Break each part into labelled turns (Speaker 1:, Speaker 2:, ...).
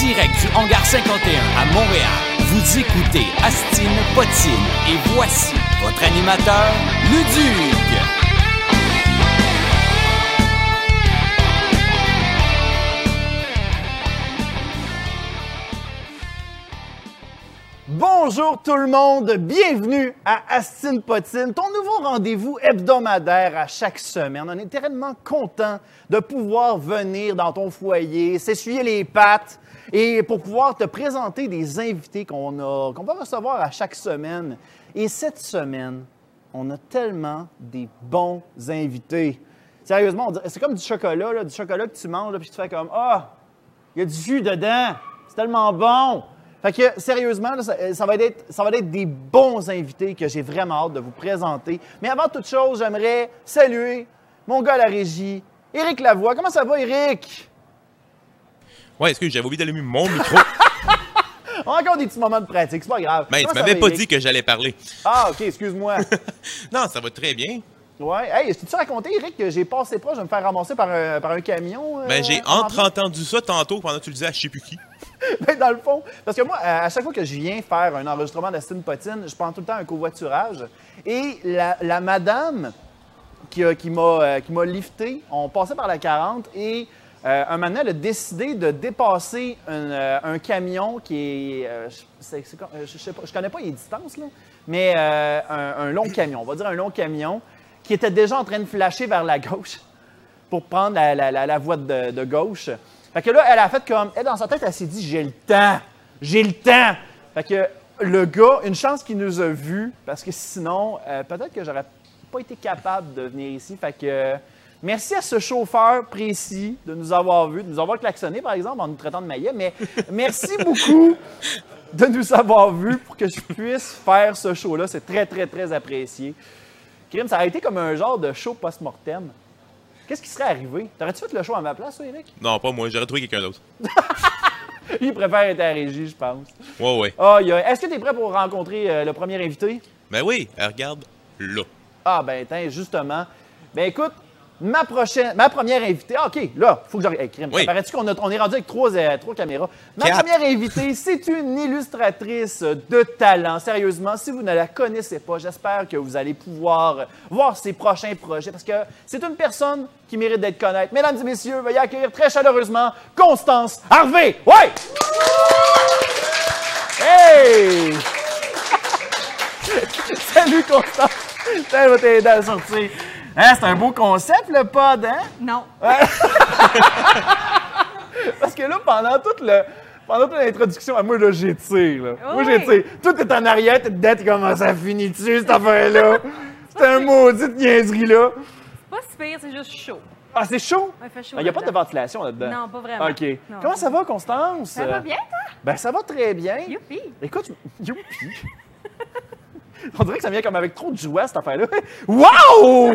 Speaker 1: direct du Hangar 51 à Montréal. Vous écoutez Astine Potine et voici votre animateur, Luduc.
Speaker 2: Bonjour tout le monde, bienvenue à Astine Potine, ton nouveau rendez-vous hebdomadaire à chaque semaine. On est tellement content de pouvoir venir dans ton foyer, s'essuyer les pattes et pour pouvoir te présenter des invités qu'on a, qu'on va recevoir à chaque semaine. Et cette semaine, on a tellement des bons invités. Sérieusement, on dirait- c'est comme du chocolat, là, du chocolat que tu manges là, puis tu fais comme ah, il y a du jus dedans. C'est tellement bon. Fait que sérieusement, là, ça, euh, ça va être, ça va être des bons invités que j'ai vraiment hâte de vous présenter. Mais avant toute chose, j'aimerais saluer mon gars à la régie, Éric Lavoie. Comment ça va, Éric?
Speaker 3: Ouais, excuse, j'avais oublié d'allumer mon micro.
Speaker 2: On a Encore des petits moments de pratique, c'est pas grave.
Speaker 3: Mais Ben,
Speaker 2: Comment
Speaker 3: tu
Speaker 2: ça
Speaker 3: m'avais
Speaker 2: va,
Speaker 3: pas
Speaker 2: Éric?
Speaker 3: dit que j'allais parler.
Speaker 2: Ah, OK, excuse-moi.
Speaker 3: Non, ça va très bien.
Speaker 2: ouais. Hey, est-ce que tu raconté, Éric, que j'ai passé proche de me faire ramasser par un, par un camion? euh,
Speaker 3: Ben, j'ai
Speaker 2: en
Speaker 3: entre-entendu ça tantôt pendant que tu le disais à je sais plus qui.
Speaker 2: Ben, dans le fond, parce que moi, à à chaque fois que je viens faire un enregistrement d'Astine Potine, je prends tout le temps un covoiturage. Et la, la madame qui, a- qui m'a euh, qui m'a lifté, on passait par la 40 et euh, un matin, elle a décidé de dépasser un, euh, un camion qui est. euh, c'est- c'est comme- euh, je, sais pas, je connais pas les distances, là, mais euh, un- un long camion, on va dire un long camion, qui était déjà en train de flasher vers la gauche pour prendre la, la- la- la voie de, de gauche. Fait que là, elle a fait comme. Elle, dans sa tête, elle s'est dit J'ai le temps. J'ai le temps. Fait que le gars, une chance qu'il nous a vus, parce que sinon, euh, peut-être que j'aurais pas été capable de venir ici. Fait que. euh, Merci à ce chauffeur précis de nous avoir vus, de nous avoir klaxonné, par exemple, en nous traitant de maillet, mais merci beaucoup de nous avoir vus pour que je puisse faire ce show-là. C'est très, très, très apprécié. Krim, ça a été comme un genre de show post-mortem. Qu'est-ce qui serait arrivé? T'aurais-tu fait le show à ma place, toi, Eric?
Speaker 3: Non, pas moi, j'aurais trouvé quelqu'un d'autre.
Speaker 2: Il préfère être à la régie, je pense.
Speaker 3: Ouais, ouais.
Speaker 2: Aïe, aïe. Est-ce que t'es prêt pour rencontrer euh, le premier invité?
Speaker 3: Ben oui, euh, regarde là.
Speaker 2: Ah, ben, tiens, justement. Ben, écoute, ma prochaine, ma première invitée. Ah, OK, là, faut que j'arrive. Hey, crime,
Speaker 3: Oui.
Speaker 2: ça paraît-tu qu'on a- on est rendu avec trois, euh, trois caméras? Ma
Speaker 3: Quatre.
Speaker 2: première invitée, c'est une illustratrice de talent. Sérieusement, si vous ne la connaissez pas, j'espère que vous allez pouvoir voir ses prochains projets parce que c'est une personne qui mérite d'être connue. Mesdames et messieurs, veuillez accueillir très chaleureusement Constance Harvey. Ouais! Hey! Salut Constance! Ça va t'aider à sortir. Hein, c'est un beau concept, le pod, hein?
Speaker 4: Non.
Speaker 2: Parce que là, pendant toute le. Pendant toute l'introduction, moi, là, j'étire, là. Moi,
Speaker 4: Ouais.
Speaker 2: j'étire. Tout est en arrière, t'es dedans, t'es comme, Ah, ça finit dessus, cette affaire-là. C'est un maudite niaiserie, là.
Speaker 4: Pas si pire, c'est juste chaud.
Speaker 2: Ah, c'est chaud?
Speaker 4: Ouais, fait chaud
Speaker 2: Il n'y a pas de
Speaker 4: là-dedans.
Speaker 2: ventilation là-dedans.
Speaker 4: Non, pas vraiment.
Speaker 2: OK.
Speaker 4: Non.
Speaker 2: Comment ça va, Constance?
Speaker 4: Ça va bien, toi?
Speaker 2: Ben, ça va très bien.
Speaker 4: Youpi!
Speaker 2: Écoute, je- youpi. On dirait que ça vient comme avec trop de joie, cette affaire-là. Wow!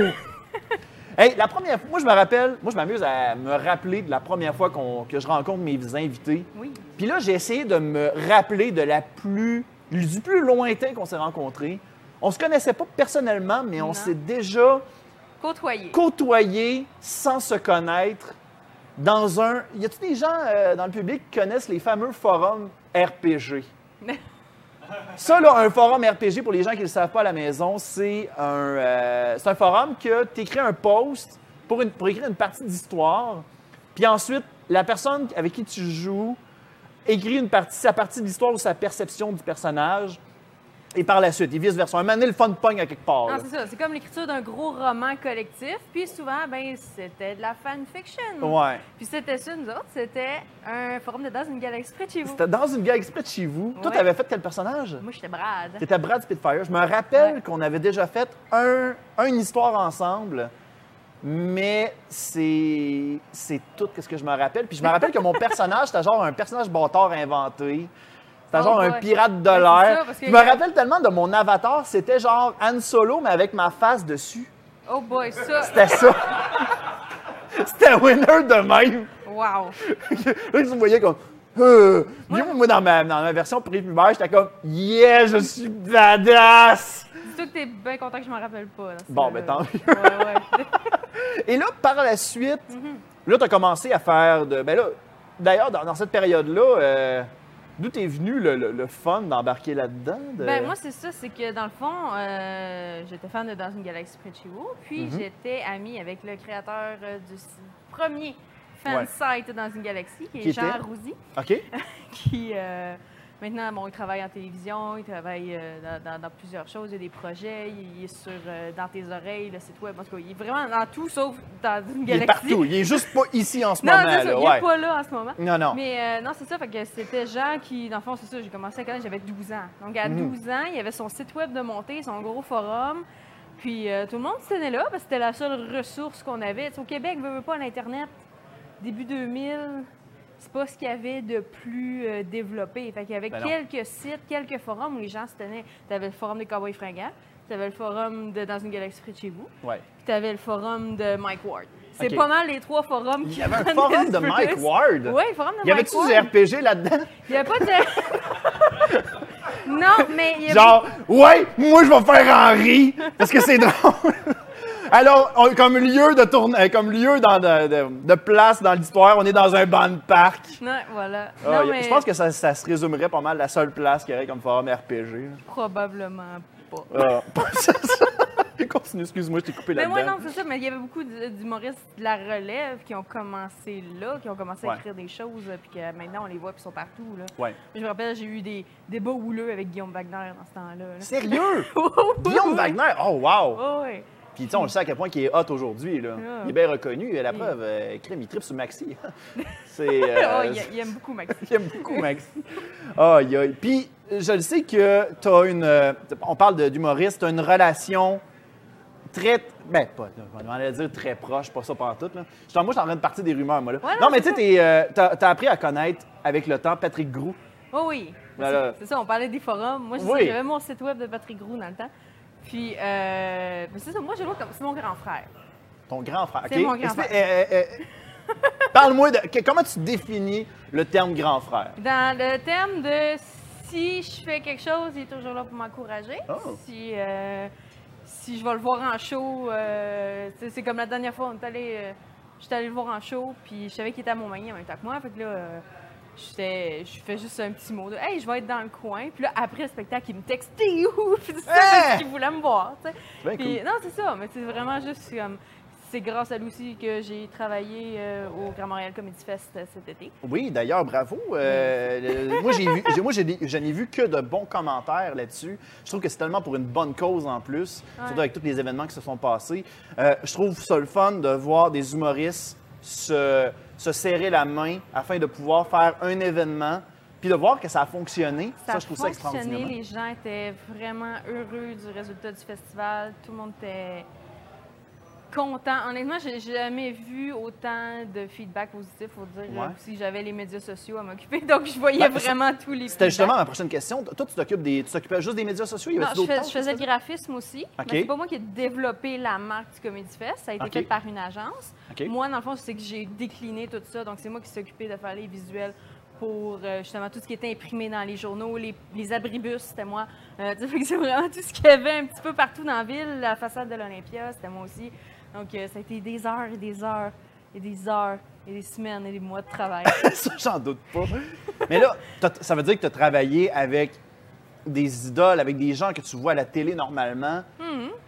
Speaker 2: Hey, la première fois, moi, je me rappelle, moi, je m'amuse à me rappeler de la première fois qu'on- que je rencontre mes invités.
Speaker 4: Oui.
Speaker 2: Puis là, j'ai essayé de me rappeler de la plus, du plus lointain qu'on s'est rencontrés. On se connaissait pas personnellement, mais on
Speaker 4: Non.
Speaker 2: s'est déjà
Speaker 4: Côtoyer.
Speaker 2: côtoyés sans se connaître dans un. Y a-t-il des gens euh, dans le public qui connaissent les fameux forums RPG? Ça, là, un forum RPG, pour les gens qui ne le savent pas à la maison, c'est un, euh, c'est un forum que tu écris un post pour, une- pour écrire une partie d'histoire. Puis ensuite, la personne avec qui tu joues écrit une partie, sa partie de l'histoire ou sa perception du personnage. Et par la suite, et vice-versa. Un moment donné, le fun pogne à quelque
Speaker 4: Non,
Speaker 2: part. là.
Speaker 4: Ah, c'est ça. C'est comme l'écriture d'un gros roman collectif. Puis souvent, ben, c'était de la fanfiction.
Speaker 2: Ouais.
Speaker 4: Puis c'était ça, nous autres. C'était un forum de danse, une galaxie près de chez vous.
Speaker 2: C'était dans une gare exprès de chez vous. Toi,
Speaker 4: Ouais.
Speaker 2: t'avais fait quel personnage?
Speaker 4: Moi, j'étais brade.
Speaker 2: T'étais Brad Spitfire. Je me rappelle
Speaker 4: Ouais.
Speaker 2: qu'on avait déjà fait un, une histoire ensemble, mais c'est c'est tout ce que je me rappelle. Puis je me rappelle que mon personnage, c'était genre un personnage bâtard inventé. C'était
Speaker 4: Oh
Speaker 2: genre un
Speaker 4: boy.
Speaker 2: pirate de
Speaker 4: Ouais, c'est
Speaker 2: l'air.
Speaker 4: ça, parce que-
Speaker 2: Je me rappelle tellement de mon avatar, c'était genre Han Solo, mais avec ma face dessus.
Speaker 4: Oh boy, ça.
Speaker 2: C'était ça. c'était winner de même.
Speaker 4: Wow.
Speaker 2: Là, tu me voyais comme. Euh. Puis moi, dans ma, dans ma version prépubère, j'étais comme Yeah, je suis badass!
Speaker 4: Dis-toi que t'es bien content que je m'en rappelle pas. dans ce
Speaker 2: Bon,
Speaker 4: cas-là.
Speaker 2: ben, tant mieux.
Speaker 4: Ouais, ouais. Mm-hmm.
Speaker 2: Et là, par la suite, là, tu as commencé à faire de. Ben là, D'ailleurs, dans, dans cette période-là, euh, d'où est venu le, le- le fun d'embarquer là-dedans? de-
Speaker 4: Ben, moi, c'est ça, c'est que dans le fond, euh, j'étais fan de Dans une galaxie près de chez vous, puis
Speaker 2: Mhm.
Speaker 4: j'étais amie avec le créateur euh, du s- premier fan
Speaker 2: Ouais.
Speaker 4: site Dans une galaxie, qui est
Speaker 2: Qui était?
Speaker 4: Jean Rouzy,
Speaker 2: OK?
Speaker 4: qui euh, maintenant, bon, il travaille en télévision, il travaille euh, dans, dans- dans plusieurs choses, il y a des projets, il est sur euh, Dans tes oreilles, le site web, en tout cas, il est vraiment dans tout sauf dans une
Speaker 2: Il est
Speaker 4: galaxie.
Speaker 2: partout. Il est juste pas ici en ce
Speaker 4: Non,
Speaker 2: moment.
Speaker 4: c'est ça,
Speaker 2: là,
Speaker 4: il est
Speaker 2: ouais.
Speaker 4: pas là en ce moment.
Speaker 2: Non, non.
Speaker 4: Mais euh, non, c'est ça, fait que c'était Jean qui, dans le fond, c'est ça, j'ai commencé à connaître, j'avais 12 ans. Donc
Speaker 2: Mhm.
Speaker 4: à 12 ans, il y avait son site web de montée, son gros forum. Puis euh, tout le monde se tenait là parce que c'était la seule ressource qu'on avait. Tu sais, au Québec, veut, veut pas l'Internet, début 2000, c'est pas ce qu'il y avait de plus euh, développé. Fait qu'il y avait
Speaker 2: Ben non.
Speaker 4: quelques sites, quelques forums où les gens se tenaient. Tu avais le forum des Cowboys fringants, tu avais le forum de Dans une galaxie près de chez vous,
Speaker 2: Ouais.
Speaker 4: puis tu avais le forum de Mike Ward. C'est
Speaker 2: OK.
Speaker 4: pas mal les trois forums
Speaker 2: Il
Speaker 4: qui
Speaker 2: y avait un
Speaker 4: prenaient
Speaker 2: forum
Speaker 4: le
Speaker 2: de
Speaker 4: plus.
Speaker 2: Mike Ward.
Speaker 4: Oui, le forum de Mike
Speaker 2: Y avait-tu
Speaker 4: Ward.
Speaker 2: des RPG là-dedans?
Speaker 4: Il n'y a pas de. non, mais il y a.
Speaker 2: Genre, ouais, moi je vais faire Henri parce que c'est drôle. Alors, on- comme lieu de tourne, euh, comme lieu dans de, de- de place dans l'histoire, on est dans un banc de parc.
Speaker 4: Non, voilà.
Speaker 2: Ah,
Speaker 4: non,
Speaker 2: y a-
Speaker 4: mais
Speaker 2: Je pense que ça, ça se résumerait pas mal la seule place qu'il y aurait comme forum RPG.
Speaker 4: probablement pas.
Speaker 2: là. Ah, c'est ça. Continue, excuse-moi, je t'ai coupé
Speaker 4: Mais moi, non,
Speaker 2: là-dedans.
Speaker 4: c'est ça, mais il y avait beaucoup d- d'humoristes de la relève qui ont commencé là, qui ont commencé à
Speaker 2: Ouais.
Speaker 4: écrire des choses, puis que maintenant on les voit, puis ils sont partout. Là.
Speaker 2: Ouais.
Speaker 4: Je me rappelle, j'ai eu des débats houleux avec Guillaume Wagner dans ce temps-là. là.
Speaker 2: Sérieux?
Speaker 4: Oui,
Speaker 2: Guillaume
Speaker 4: oui.
Speaker 2: Wagner, oh wow!
Speaker 4: Oh, oui.
Speaker 2: Puis tu sais, on le sait à quel point il est hot aujourd'hui. là.
Speaker 4: Ah.
Speaker 2: Il est bien reconnu. Et la preuve, euh, crime, il tripe sur Maxi. c'est. euh,
Speaker 4: Oh, il, il aime beaucoup Maxime.
Speaker 2: J'aime beaucoup Max. Aïe, aïe. Puis, je le sais que tu as une. euh, On parle de- d'humoriste, tu as une relation très. Ben, pas. On allait dire très proche, pas ça pantoute. Là. Je t'en- moi, je suis en train de partir des rumeurs, moi. Là.
Speaker 4: Ouais,
Speaker 2: non,
Speaker 4: non,
Speaker 2: mais
Speaker 4: c'est
Speaker 2: tu
Speaker 4: ça.
Speaker 2: sais, tu as, appris à connaître avec le temps Patrick Groux.
Speaker 4: Oh oui.
Speaker 2: Ben là-
Speaker 4: C'est ça, on parlait des forums. Moi, je sais,
Speaker 2: Oui.
Speaker 4: j'avais mon site web de Patrick Groux dans le temps. Puis, euh, mais c'est ça, moi, je le vois comme. C'est mon grand frère.
Speaker 2: Ton grand frère.
Speaker 4: C'est
Speaker 2: OK?
Speaker 4: mon grand frère.
Speaker 2: Explique- euh, euh, euh, Parle-moi de. que- comment tu définis le terme grand frère?
Speaker 4: Dans le thème de si je fais quelque chose, il est toujours là pour m'encourager.
Speaker 2: Oh.
Speaker 4: Si, euh, si je vais le voir en show, euh, tu sais, c'est comme la dernière fois, on est allé, euh, j'étais allé le voir en show, puis je savais qu'il était à Montmagny en même temps que moi. Fait que là, euh, j'étais- je fais juste un petit mot de Hey, je vais être dans le coin. Puis là, après le spectacle, il me texte T'es où Puis c'est ça,
Speaker 2: Hey!
Speaker 4: parce qu'il voulait me voir. tu sais.
Speaker 2: Ben,
Speaker 4: Puis-
Speaker 2: Hein? cool.
Speaker 4: non, c'est ça, mais c'est vraiment juste comme. C'est grâce à lui aussi que j'ai travaillé euh, au Grand Montréal Comedy Fest euh, cet été.
Speaker 2: Oui, d'ailleurs, bravo. Euh, le- moi, j'ai vu, j'ai- moi, j'ai des- je n'ai vu que de bons commentaires là-dessus. Je trouve que c'est tellement pour une bonne cause en plus, surtout avec tous les événements qui se sont passés. Euh, je trouve ça le fun de voir des humoristes se, se serrer la main afin de pouvoir faire un événement, puis de voir que ça a fonctionné. Ça,
Speaker 4: a
Speaker 2: je trouve ça
Speaker 4: fonctionné,
Speaker 2: extraordinaire.
Speaker 4: Les gens étaient vraiment heureux du résultat du festival. Tout le monde était content. Honnêtement, j'ai jamais vu autant de feedback positif. Faut dire
Speaker 2: Ouais.
Speaker 4: euh, si j'avais les médias sociaux à m'occuper, donc je voyais
Speaker 2: Ben, c'est-
Speaker 4: vraiment tous les. feedbacks.
Speaker 2: C'était justement ma prochaine question. Toi, tu t'occupes des, tu t'occupais juste des médias sociaux? Il y
Speaker 4: Non, Bah,
Speaker 2: avait
Speaker 4: je,
Speaker 2: d'autres
Speaker 4: fais-
Speaker 2: tâches?
Speaker 4: je faisais le graphisme aussi.
Speaker 2: OK.
Speaker 4: Mais c'est pas moi qui ai développé la marque du Comedy Fest. Ça a été
Speaker 2: OK.
Speaker 4: fait par une agence.
Speaker 2: OK.
Speaker 4: Moi, dans le fond, c'est que j'ai décliné tout ça. Donc, c'est moi qui s'est occupée de faire les visuels pour euh, justement tout ce qui était imprimé dans les journaux, les, les abribus, c'était moi. Euh, tu sais, fait que c'est vraiment tout ce qu'il y avait un petit peu partout dans la ville. La façade de l'Olympia, c'était moi aussi. Donc, euh, ça a été des heures et des heures et des heures et des semaines et des mois de travail.
Speaker 2: Ça, j'en doute pas. Mais là, t'as- ça veut dire que tu as travaillé avec des idoles, avec des gens que tu vois à la télé normalement.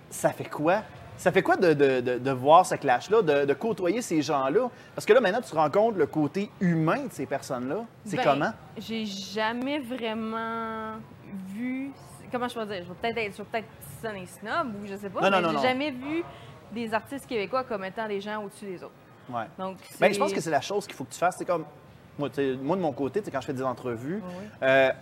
Speaker 2: Ça fait quoi? Ça fait quoi de, de- de- de voir ce clash-là, de, de côtoyer ces gens-là? Parce que là, maintenant, tu rencontres le côté humain de ces personnes-là. C'est
Speaker 4: Ben,
Speaker 2: comment?
Speaker 4: J'ai jamais vraiment vu. Comment je peux dire Je vais peut-être être, je vais peut-être sonner snob ou je sais pas.
Speaker 2: Non, non,
Speaker 4: mais
Speaker 2: non,
Speaker 4: j'ai
Speaker 2: non.
Speaker 4: jamais vu des artistes québécois comme étant des gens au-dessus des autres.
Speaker 2: Ouais.
Speaker 4: Donc,
Speaker 2: Ben, je pense que c'est la chose qu'il faut que tu fasses. C'est comme, moi, tu sais, moi, de mon côté, tu sais, quand je fais des entrevues,
Speaker 4: Oui.
Speaker 2: euh, tu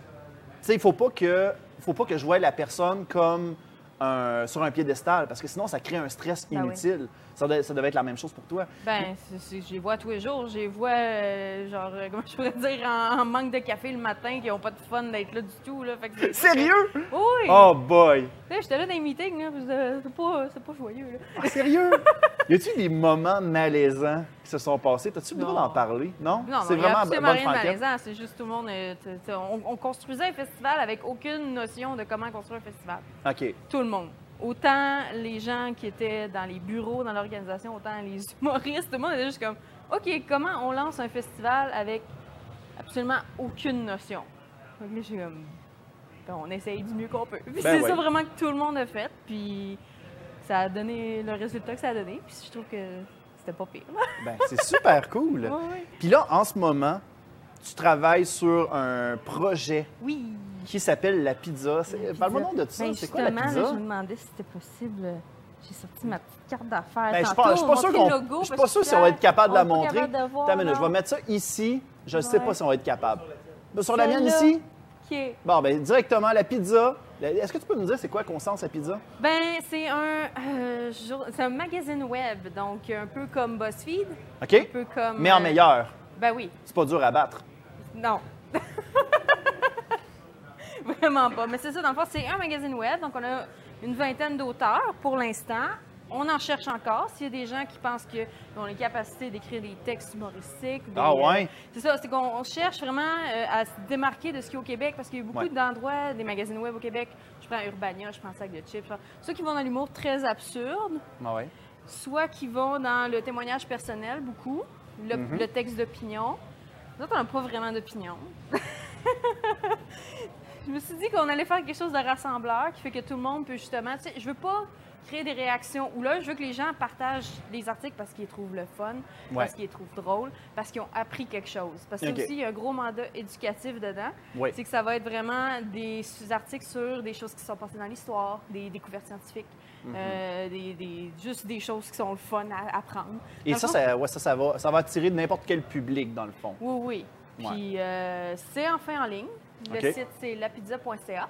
Speaker 2: sais, il faut pas que, faut pas que je voie la personne comme un- sur un piédestal, parce que sinon, ça crée un stress
Speaker 4: Ben oui.
Speaker 2: inutile. Ça, devait, ça devait être la même chose pour toi.
Speaker 4: Ben, c'est- c'est- je les vois tous les jours. Je les vois, euh, genre, euh, comment je pourrais dire, en, en manque de café le matin, qui n'ont pas de fun d'être là du tout. Là. Fait que c'est-
Speaker 2: Sérieux?
Speaker 4: Oui!
Speaker 2: Oh boy!
Speaker 4: Tu sais, J'étais là dans les meetings, là, puis c'est- c'est pas, c'est pas joyeux. Là.
Speaker 2: Ah, sérieux? y a-tu des moments malaisants qui se sont passés? T'as-tu le droit
Speaker 4: Non.
Speaker 2: d'en parler? Non?
Speaker 4: Non,
Speaker 2: C'est vraiment
Speaker 4: c'est
Speaker 2: bonne
Speaker 4: rien de
Speaker 2: franquette.
Speaker 4: malaisant. C'est juste tout le monde. euh, tu- tu- on, on construisait un festival avec aucune notion de comment construire un festival.
Speaker 2: OK.
Speaker 4: Tout le monde. Autant les gens qui étaient dans les bureaux, dans l'organisation, autant les humoristes, tout le monde était juste comme OK, comment on lance un festival avec absolument aucune notion. Fait que là, j'ai comme, ben, on essaye du mieux qu'on peut. Puis
Speaker 2: Ben
Speaker 4: c'est ça
Speaker 2: oui.
Speaker 4: vraiment que tout le monde a fait, puis ça a donné le résultat que ça a donné, puis je trouve que c'était pas pire.
Speaker 2: Ben, c'est super cool.
Speaker 4: Ouais, ouais.
Speaker 2: Puis là, en ce moment, tu travailles sur un projet
Speaker 4: Oui.
Speaker 2: qui s'appelle la pizza. C'est- Parle-moi donc de ça.
Speaker 4: Ben,
Speaker 2: c'est quoi la
Speaker 4: justement, là,
Speaker 2: pizza?
Speaker 4: je me demandais si c'était possible. euh, J'ai sorti ma petite carte d'affaires.
Speaker 2: Ben, je suis
Speaker 4: tantôt,
Speaker 2: pas, je suis pas sûr
Speaker 4: montrer
Speaker 2: qu'on-
Speaker 4: le logo,
Speaker 2: je suis
Speaker 4: parce
Speaker 2: pas sûr
Speaker 4: que
Speaker 2: si on va être capable de la
Speaker 4: on est pas
Speaker 2: montrer.
Speaker 4: capable de voir,
Speaker 2: Attends une minute, je
Speaker 4: non.
Speaker 2: vais mettre ça ici. Je ne sais pas
Speaker 4: Ouais.
Speaker 2: si on va être capable. Sur la mienne
Speaker 4: Celle-là.
Speaker 2: ici?
Speaker 4: OK.
Speaker 2: Bon, ben directement, la pizza. La- Est-ce que tu peux me dire c'est quoi qu'on sens la pizza?
Speaker 4: Ben, c'est un, euh, jour- c'est un magazine web, donc un peu comme BuzzFeed.
Speaker 2: OK?
Speaker 4: Un peu comme.
Speaker 2: Mais en
Speaker 4: euh,
Speaker 2: meilleur.
Speaker 4: Ben oui,
Speaker 2: C'est pas dur à battre.
Speaker 4: non. Vraiment pas. Mais c'est ça, dans le fond, c'est un magazine web, donc on a une vingtaine d'auteurs pour l'instant. On en cherche encore. S'il y a des gens qui pensent qu'ils ont les capacités d'écrire des textes humoristiques. des,
Speaker 2: Ah ouais?
Speaker 4: euh, c'est ça, c'est qu'on on cherche vraiment euh, à se démarquer de ce qu'il y a au Québec, parce qu'il y a eu beaucoup
Speaker 2: Ouais.
Speaker 4: d'endroits, des magazines web au Québec. Je prends Urbania, je prends Sac de Chips. je prends- Ceux qui vont dans l'humour très absurde,
Speaker 2: Ah ouais.
Speaker 4: soit qui vont dans le témoignage personnel beaucoup, le,
Speaker 2: Mhm.
Speaker 4: le texte d'opinion. Nous autres, on n'a pas vraiment d'opinion. je me suis dit qu'on allait faire quelque chose de rassembleur qui fait que tout le monde peut justement. Tu sais, je veux pas créer des réactions ou là, je veux que les gens partagent les articles parce qu'ils trouvent le fun,
Speaker 2: Ouais.
Speaker 4: parce qu'ils trouvent drôle, parce qu'ils ont appris quelque chose. Parce que
Speaker 2: Ok.
Speaker 4: aussi, il y a un gros mandat éducatif dedans.
Speaker 2: Oui.
Speaker 4: C'est que ça va être vraiment des sous- articles sur des choses qui sont passées dans l'histoire, des découvertes scientifiques,
Speaker 2: Mhm.
Speaker 4: euh, des, des- juste des choses qui sont le fun à apprendre.
Speaker 2: Et
Speaker 4: Dans le
Speaker 2: ça,
Speaker 4: fond,
Speaker 2: ça, ouais, ça, ça va, ça va attirer n'importe quel public, dans le fond.
Speaker 4: Oui, oui. Puis euh, c'est enfin en ligne. Le
Speaker 2: OK. Mhm.
Speaker 4: site, c'est lapizza.ca.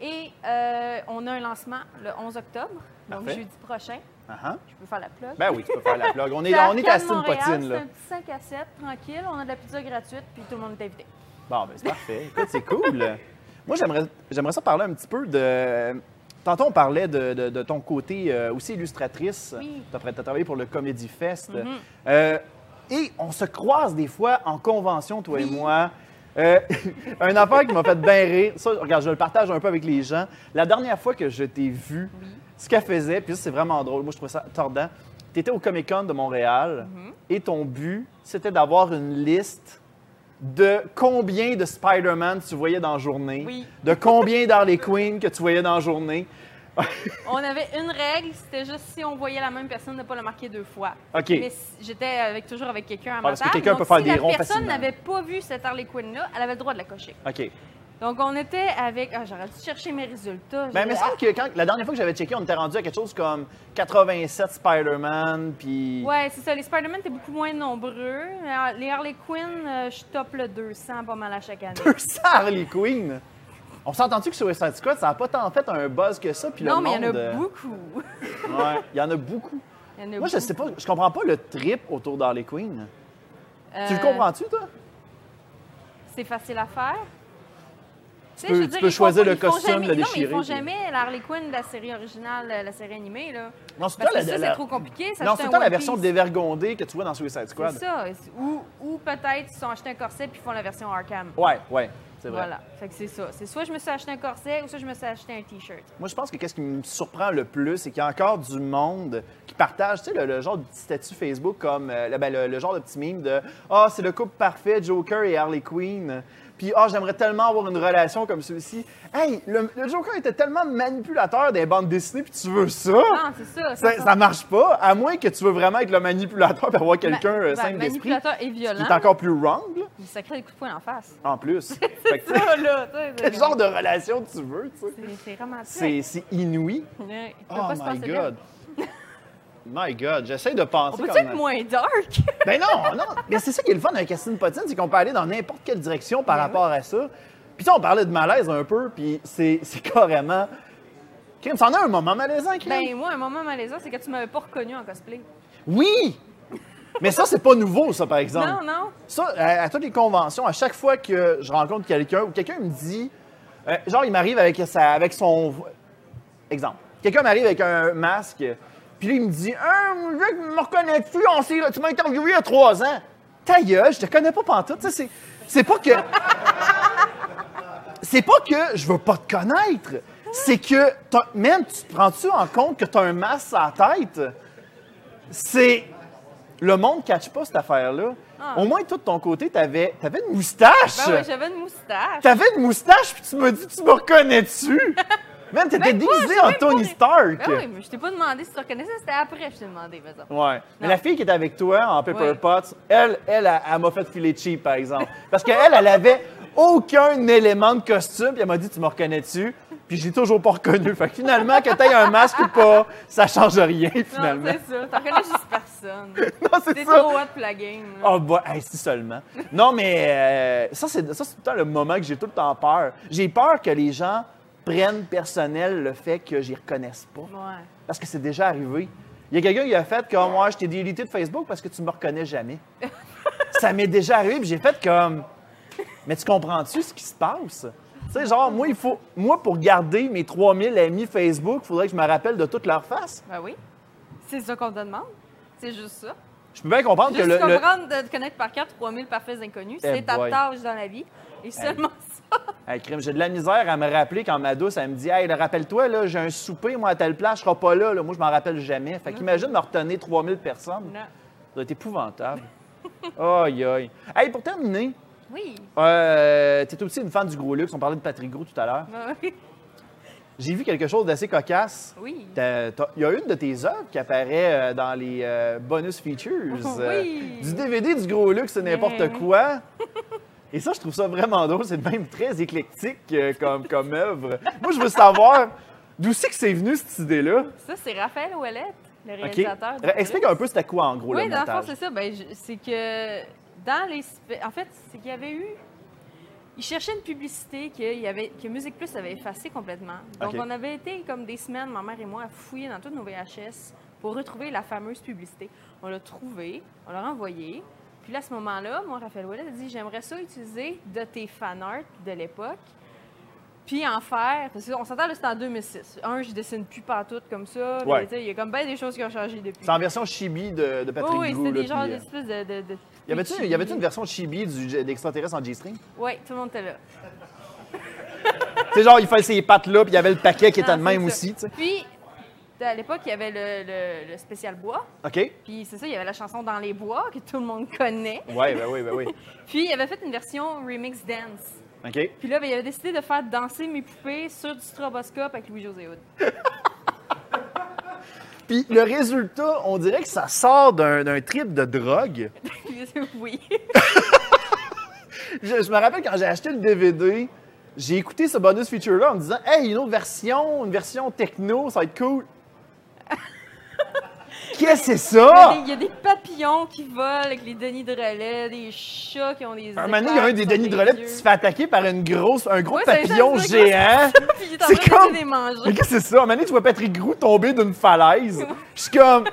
Speaker 4: Et euh, on a un lancement le 11 octobre, donc
Speaker 2: Parfait.
Speaker 4: jeudi prochain.
Speaker 2: Ah, ah.
Speaker 4: Je peux faire la plug.
Speaker 2: Ben oui, tu peux faire la plug. On est,
Speaker 4: C'est
Speaker 2: là- on est à
Speaker 4: Arcade
Speaker 2: Steam
Speaker 4: Montréal,
Speaker 2: Potine,
Speaker 4: C'est
Speaker 2: là.
Speaker 4: un petit 5 à 7, tranquille. On a de la pizza gratuite, puis tout le monde est invité.
Speaker 2: Bon, ben c'est parfait. Écoute, c'est cool. Moi, j'aimerais, j'aimerais ça parler un petit peu de. Tantôt, on parlait de, de- de ton côté euh, aussi illustratrice.
Speaker 4: Oui.
Speaker 2: Tu as travaillé pour le Comedy Fest. Euh, et on se croise des fois en convention, toi et moi. Euh, un affaire qui m'a fait bien rire. Ça, regarde, je le partage un peu avec les gens. La dernière fois que je t'ai vu, ce qu'elle faisait, puis ça, c'est vraiment drôle. Moi, je trouvais ça tordant. Tu étais au Comic Con de Montréal et ton but, c'était d'avoir une liste de combien de Spider-Man tu voyais dans la journée,
Speaker 4: Oui.
Speaker 2: de combien d'Harley Quinn que tu voyais dans la journée.
Speaker 4: On avait une règle, c'était juste si on voyait la même personne, ne pas la marquer deux fois.
Speaker 2: OK. Ah,
Speaker 4: Mais si- j'étais avec, toujours avec quelqu'un à ma
Speaker 2: parce que
Speaker 4: table,
Speaker 2: quelqu'un
Speaker 4: donc
Speaker 2: peut faire
Speaker 4: si
Speaker 2: des ronds
Speaker 4: la personne
Speaker 2: facilement.
Speaker 4: n'avait pas vu cette Harley Quinn-là, elle avait le droit de la cocher.
Speaker 2: OK.
Speaker 4: Donc, on était avec... Ah, j'aurais dû chercher mes résultats. ah,
Speaker 2: Ben,
Speaker 4: J'aurais-
Speaker 2: mais il me semble que quand- la dernière fois que j'avais checké, on était rendu à quelque chose comme 87 Spider-Man, puis...
Speaker 4: Ouais, c'est ça. Les Spider-Man, t'es beaucoup moins nombreux. Alors, Les Harley Quinn, euh, je top le 200 pas mal à chaque année.
Speaker 2: 200 Harley Quinn! On s'entend-tu que sur Suicide Squad, ça n'a pas tant fait un buzz que ça, puis le
Speaker 4: non, mais il y en
Speaker 2: monde,
Speaker 4: a
Speaker 2: euh,
Speaker 4: beaucoup.
Speaker 2: ouais, il y en a beaucoup.
Speaker 4: Il y en a
Speaker 2: Moi, je
Speaker 4: beaucoup.
Speaker 2: sais pas, je comprends pas le trip autour d'Harley Quinn. Tu le
Speaker 4: Euh,
Speaker 2: comprends-tu, toi?
Speaker 4: c'est facile à faire. Tu sais,
Speaker 2: peux-
Speaker 4: je veux
Speaker 2: tu
Speaker 4: dire,
Speaker 2: peux
Speaker 4: ils font-
Speaker 2: choisir le
Speaker 4: ils font
Speaker 2: costume,
Speaker 4: jamais-
Speaker 2: le
Speaker 4: Non, mais ils
Speaker 2: déchirer,
Speaker 4: font
Speaker 2: puis-
Speaker 4: jamais la Harley Quinn de la série originale, euh, la série animée. Là.
Speaker 2: Non,
Speaker 4: Parce
Speaker 2: c'est toi
Speaker 4: que
Speaker 2: la-
Speaker 4: ça,
Speaker 2: la-
Speaker 4: c'est trop compliqué. Ça,
Speaker 2: Non,
Speaker 4: c'est
Speaker 2: c'est
Speaker 4: un
Speaker 2: tout la
Speaker 4: One
Speaker 2: version
Speaker 4: Piece.
Speaker 2: dévergondée que tu vois dans Suicide Squad.
Speaker 4: C'est ça. Ou, ou peut-être ils se sont achetés un corset puis ils font la version Arkham.
Speaker 2: Ouais, ouais, c'est vrai.
Speaker 4: Voilà. Fait que c'est ça. C'est soit je me suis acheté un corset ou soit je me suis acheté un T-shirt.
Speaker 2: Moi, je pense que qu'est-ce qui me surprend le plus, c'est qu'il y a encore du monde qui partage, tu sais, le, le genre de petit statut Facebook comme euh, le, ben, le- le genre de petit mime de Ah, c'est le couple parfait, Joker et Harley Quinn. Puis, ah, j'aimerais tellement avoir une relation comme celle-ci. Hey, le, le Joker était tellement manipulateur des bandes dessinées, puis tu veux ça?
Speaker 4: Non, Ah, c'est ça.
Speaker 2: ça, ça marche pas, à moins que tu veux vraiment être le manipulateur et avoir quelqu'un
Speaker 4: Ma-
Speaker 2: euh,
Speaker 4: ben,
Speaker 2: simple d'esprit.
Speaker 4: manipulateur et
Speaker 2: ce qui
Speaker 4: violent.
Speaker 2: est encore plus wrong, là,
Speaker 4: Il sacré le coup de poing en face.
Speaker 2: en plus. Fait que, tu sais,
Speaker 4: Ça, là, tu sais,
Speaker 2: quel genre de relation tu veux, tu sais?
Speaker 4: C'est- C'est romantique.
Speaker 2: C'est c'est inouï.
Speaker 4: Ouais, il peut
Speaker 2: Oh
Speaker 4: pas se
Speaker 2: my
Speaker 4: passer d'elle.
Speaker 2: God. My God, j'essaie de
Speaker 4: On
Speaker 2: penser
Speaker 4: peut-tu
Speaker 2: comme...
Speaker 4: être moins dark?
Speaker 2: Ben non, non. Mais c'est ça qui est le fun avec Christine Potine, c'est qu'on peut aller dans n'importe quelle direction
Speaker 4: Ben
Speaker 2: par rapport à ça. Puis tu sais, on parlait de malaise un peu, puis c'est c'est carrément... Crime, c'en a un moment malaisant, Crime.
Speaker 4: Ben, moi, un moment malaisant, c'est que tu m'avais pas reconnu en cosplay.
Speaker 2: Oui! Mais ça, c'est pas nouveau, ça, par exemple.
Speaker 4: Non, non. Ben
Speaker 2: Ça, à, à toutes les conventions, à chaque fois que je rencontre quelqu'un ou quelqu'un me dit, euh, genre, il m'arrive avec, sa- avec son. Exemple. Quelqu'un m'arrive avec un masque, puis là, il me dit, Ah, mec, me reconnais-tu? On s'est- Tu m'as interviewé il y a trois ans. Ta gueule, je te connais pas pantoute. Ça, c'est, c'est pas que. c'est pas que je veux pas te connaître. C'est que, t'as- même, tu te prends-tu en compte que t'as un masque à la tête? C'est. le monde ne catch pas cette affaire-là.
Speaker 4: Ah.
Speaker 2: Au moins, toi, de ton côté, tu avais, une moustache.
Speaker 4: Ben oui, j'avais une moustache.
Speaker 2: T'avais une moustache, puis tu me dis, tu me reconnais-tu? Man, t'étais
Speaker 4: Ben quoi,
Speaker 2: déguisé
Speaker 4: j'ai
Speaker 2: en
Speaker 4: même
Speaker 2: Tony
Speaker 4: pas-
Speaker 2: Stark.
Speaker 4: Ben oui, mais je t'ai pas demandé si tu reconnaissais, c'était après que je t'ai demandé, par exemple.
Speaker 2: Ouais. Mais
Speaker 4: Non.
Speaker 2: la fille qui était avec toi en Pepper
Speaker 4: Oui.
Speaker 2: Potts, elle, elle, elle, elle m'a fait filer cheap, par exemple. Parce qu'elle, elle avait aucun élément de costume, puis elle m'a dit, tu me reconnais-tu? Puis j'ai toujours pas reconnu. Fait que finalement, que t'aies un masque ou pas, ça change rien,
Speaker 4: Non,
Speaker 2: finalement.
Speaker 4: c'est ça. T'en connais juste personne.
Speaker 2: Non, c'est
Speaker 4: T'es
Speaker 2: ça.
Speaker 4: trop hot pour la game. là.
Speaker 2: Ah, bah, hey, si seulement. Non, mais euh, ça, c'est ça, c'est tout le temps le moment que j'ai tout le temps peur. J'ai peur que les gens prennent personnel le fait que j'y reconnaisse pas.
Speaker 4: Ouais.
Speaker 2: Parce que c'est déjà arrivé. Il y a quelqu'un qui a fait comme moi, je t'ai délité de Facebook parce que tu me reconnais jamais. ça m'est déjà arrivé, puis j'ai fait comme Mais tu comprends-tu ce qui se passe? Tu sais, genre, moi, il faut, moi, pour garder mes 3000 amis Facebook, il faudrait que je me rappelle de toutes leurs faces.
Speaker 4: Ben oui. C'est ça qu'on te demande. C'est juste ça.
Speaker 2: Je peux bien comprendre
Speaker 4: Juste
Speaker 2: que le. le-
Speaker 4: comprendre de te connaître par cœur 3000 parfaits inconnus,
Speaker 2: Eh
Speaker 4: c'est ta
Speaker 2: boy. Eh.
Speaker 4: tâche dans la vie. Et seulement ça.
Speaker 2: Hey, crime, j'ai de la misère à me rappeler quand ma douce, elle me dit Hey, là, rappelle-toi, là, j'ai un souper, moi, à telle place, je serai pas là, là. Moi, je m'en rappelle jamais. Fait qu'imagine me retenir 3000 personnes.
Speaker 4: Non.
Speaker 2: Ça doit être épouvantable. aïe, aïe. Hey, pour terminer,
Speaker 4: Oui.
Speaker 2: Euh, T'es aussi une fan du gros luxe. On parlait de Patrick Gros tout à l'heure.
Speaker 4: Ben oui.
Speaker 2: J'ai vu quelque chose d'assez cocasse.
Speaker 4: Oui.
Speaker 2: T'as- t'as- Il y a une de tes œuvres qui apparaît euh, dans les euh, bonus features euh,
Speaker 4: Oui.
Speaker 2: du DVD du gros luxe, c'est n'importe
Speaker 4: Bien.
Speaker 2: quoi. Et ça, je trouve ça vraiment drôle. C'est même très éclectique euh, comme, comme œuvre. Moi, je veux savoir d'où c'est que c'est venu cette idée-là.
Speaker 4: Ça, c'est Raphaël Ouellette, le
Speaker 2: Ok.
Speaker 4: réalisateur. de
Speaker 2: Re- Explique un peu c'était quoi en gros
Speaker 4: Oui,
Speaker 2: le
Speaker 4: dans le fond,
Speaker 2: montage.
Speaker 4: c'est ça. Ben, je- c'est que dans les. spé- En fait, c'est qu'il y avait eu. Ils cherchaient une publicité que, y avait, que Musique Plus avait effacée complètement. Donc,
Speaker 2: Ok.
Speaker 4: on avait été comme des semaines, ma mère et moi, à fouiller dans toutes nos VHS pour retrouver la fameuse publicité. On l'a trouvée, on l'a renvoyée. Puis là, à ce moment-là, moi, Raphaël Ouellet a dit J'aimerais ça utiliser de tes fan art de l'époque puis en faire. Parce qu'on s'entend, là, c'était en 2006. Un, je dessine plus partout comme ça. Puis,
Speaker 2: Ouais.
Speaker 4: tu sais, Il y a comme bien des choses qui ont changé depuis.
Speaker 2: C'est en version chibi de, de Patrick
Speaker 4: Oui, oui,
Speaker 2: Gros,
Speaker 4: c'était
Speaker 2: là,
Speaker 4: des genres
Speaker 2: puis, euh,
Speaker 4: d'espèces de, de, de-
Speaker 2: y avait-tu- y avait-tu une version chibi du- d'extraterrestre en G-string?
Speaker 4: Oui, tout le monde était là.
Speaker 2: C'est genre, il fallait ses pattes là, puis il y avait le paquet qui était
Speaker 4: Non,
Speaker 2: de
Speaker 4: c'est
Speaker 2: même
Speaker 4: ça.
Speaker 2: aussi, tu sais.
Speaker 4: Puis, à l'époque, il y avait le, le- le spécial bois.
Speaker 2: OK? Ouais,
Speaker 4: Puis, c'est ça, il y avait la chanson Dans les bois que tout le monde connaît.
Speaker 2: ben oui, ben oui.
Speaker 4: Puis, il avait fait une version remix dance.
Speaker 2: OK?
Speaker 4: Puis là, ben, il avait décidé de faire danser mes poupées sur du stroboscope avec Louis-José Hood.
Speaker 2: Puis le résultat, on dirait que ça sort d'un d'un trip de drogue.
Speaker 4: oui.
Speaker 2: Je, je me rappelle quand j'ai acheté le DVD, j'ai écouté ce bonus feature-là en me disant « Hey, une autre version, une version techno, ça va être cool. » Qu'est-ce que c'est
Speaker 4: Il y a
Speaker 2: ça?
Speaker 4: des- Il y a des papillons qui volent avec les Denis de relais, des chats qui ont des.
Speaker 2: Un moment donné, il y a un des Denis de relais qui se fait attaquer par une grosse, un gros
Speaker 4: Ouais, c'est ça,
Speaker 2: papillon
Speaker 4: c'est ça,
Speaker 2: géant.
Speaker 4: Puis il est en
Speaker 2: C'est
Speaker 4: train
Speaker 2: comme-
Speaker 4: de les
Speaker 2: Mais
Speaker 4: manger.
Speaker 2: qu'est-ce que c'est ça? À un moment donné, tu vois Patrick Groux tomber d'une falaise. Je suis comme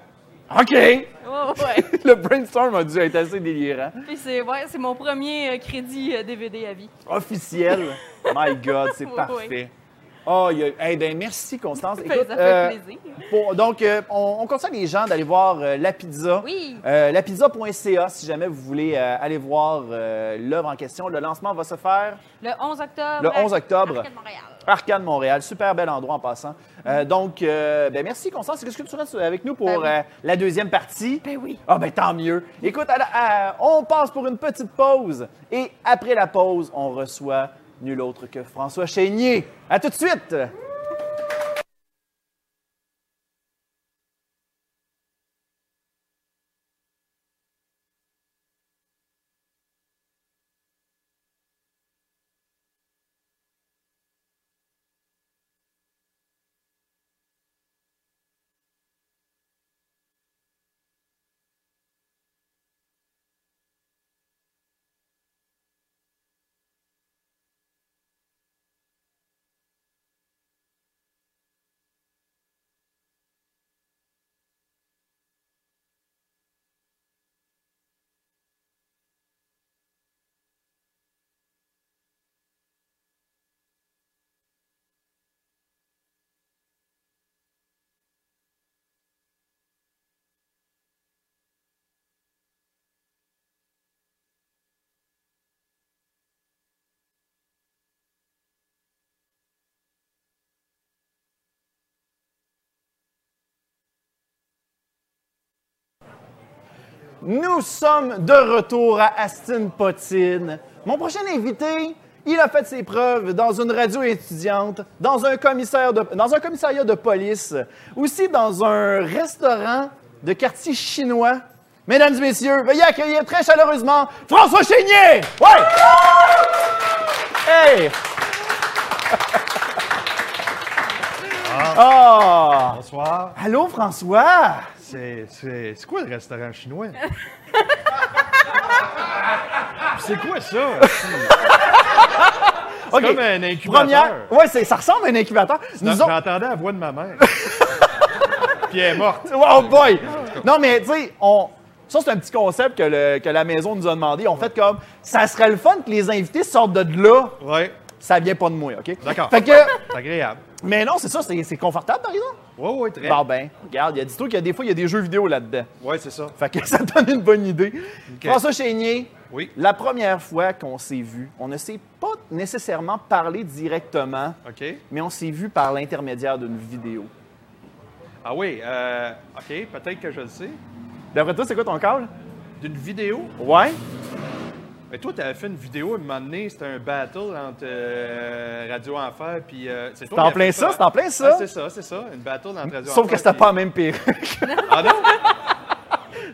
Speaker 2: « OK! »
Speaker 4: Ouais, ouais.
Speaker 2: Le brainstorm a dû être assez délirant.
Speaker 4: Puis c'est ouais, c'est mon premier euh, crédit euh, DVD à vie.
Speaker 2: Officiel. My God, c'est
Speaker 4: Oui,
Speaker 2: parfait. Oh, il y a- eh ben, merci, Constance. Écoute,
Speaker 4: ça fait
Speaker 2: euh,
Speaker 4: plaisir.
Speaker 2: pour- donc, euh, on, on conseille les gens d'aller voir euh, La Pizza.
Speaker 4: Oui.
Speaker 2: Euh, lapizza.ca, si jamais vous voulez euh, aller voir euh, l'œuvre en question. Le lancement va se faire
Speaker 4: Le 11 octobre.
Speaker 2: Le
Speaker 4: à-
Speaker 2: 11 octobre.
Speaker 4: Arcade Montréal.
Speaker 2: Arcade Montréal. Super bel endroit en passant. Euh, donc, euh, ben, merci, Constance. Est-ce que tu restes avec nous pour
Speaker 4: Ben oui.
Speaker 2: euh, la deuxième partie?
Speaker 4: Ben oui.
Speaker 2: Ah ben tant mieux. Écoute, à la- à- on passe pour une petite pause et après la pause, on reçoit nul autre que François Chénier. À tout de suite. Nous sommes de retour à Astin Potine. Mon prochain invité, il a fait ses preuves dans une radio étudiante, dans un, commissaire de- dans un commissariat de police, aussi dans un restaurant de quartier chinois. Mesdames et messieurs, veuillez accueillir très chaleureusement François Chénier! Ouais! Hey! Ah!
Speaker 5: Bonsoir.
Speaker 2: Allô, François?
Speaker 5: C'est, c'est, c'est quoi le restaurant chinois? c'est quoi ça? C'est
Speaker 2: Ok.
Speaker 5: comme un incubateur.
Speaker 2: Première. Ouais, c'est- ça ressemble à un incubateur. Nous autres-
Speaker 5: J'entendais la voix de ma mère. Puis elle est morte.
Speaker 2: Oh boy! Non, mais tu sais, on. Ça, c'est un petit concept que, le- que la maison nous a demandé. On fait comme ça serait le fun que les invités sortent de là.
Speaker 5: Ouais,
Speaker 2: Ça vient pas de moi, OK?
Speaker 5: D'accord.
Speaker 2: Fait que.
Speaker 5: c'est agréable.
Speaker 2: Mais non, c'est ça, c'est c'est confortable, par exemple.
Speaker 5: Ouais, ouais, très.
Speaker 2: Bon, ben, regarde, il y a dis-toi qu'il y a des fois, il y a des jeux vidéo là-dedans.
Speaker 5: Ouais, c'est ça.
Speaker 2: Fait que ça donne une bonne idée. François Chénier,
Speaker 5: Oui.
Speaker 2: la première fois qu'on s'est vu, on ne s'est pas nécessairement parlé directement,
Speaker 5: OK.
Speaker 2: mais on s'est vu par l'intermédiaire d'une vidéo.
Speaker 5: Ah oui, euh, OK, peut-être que je le sais.
Speaker 2: D'après toi, c'est quoi ton câble?
Speaker 5: D'une vidéo.
Speaker 2: Ouais?
Speaker 5: Mais toi, t'avais fait une vidéo à un moment donné, c'était un battle entre euh, Radio Enfer puis... Euh, c'est
Speaker 2: en plein ça, c'est en plein ça.
Speaker 5: Ah, c'est ça, c'est ça, une battle entre Radio
Speaker 2: Sauf que
Speaker 5: Enfer
Speaker 2: c'était
Speaker 5: puis-
Speaker 2: pas la même perruque.
Speaker 5: Ah non?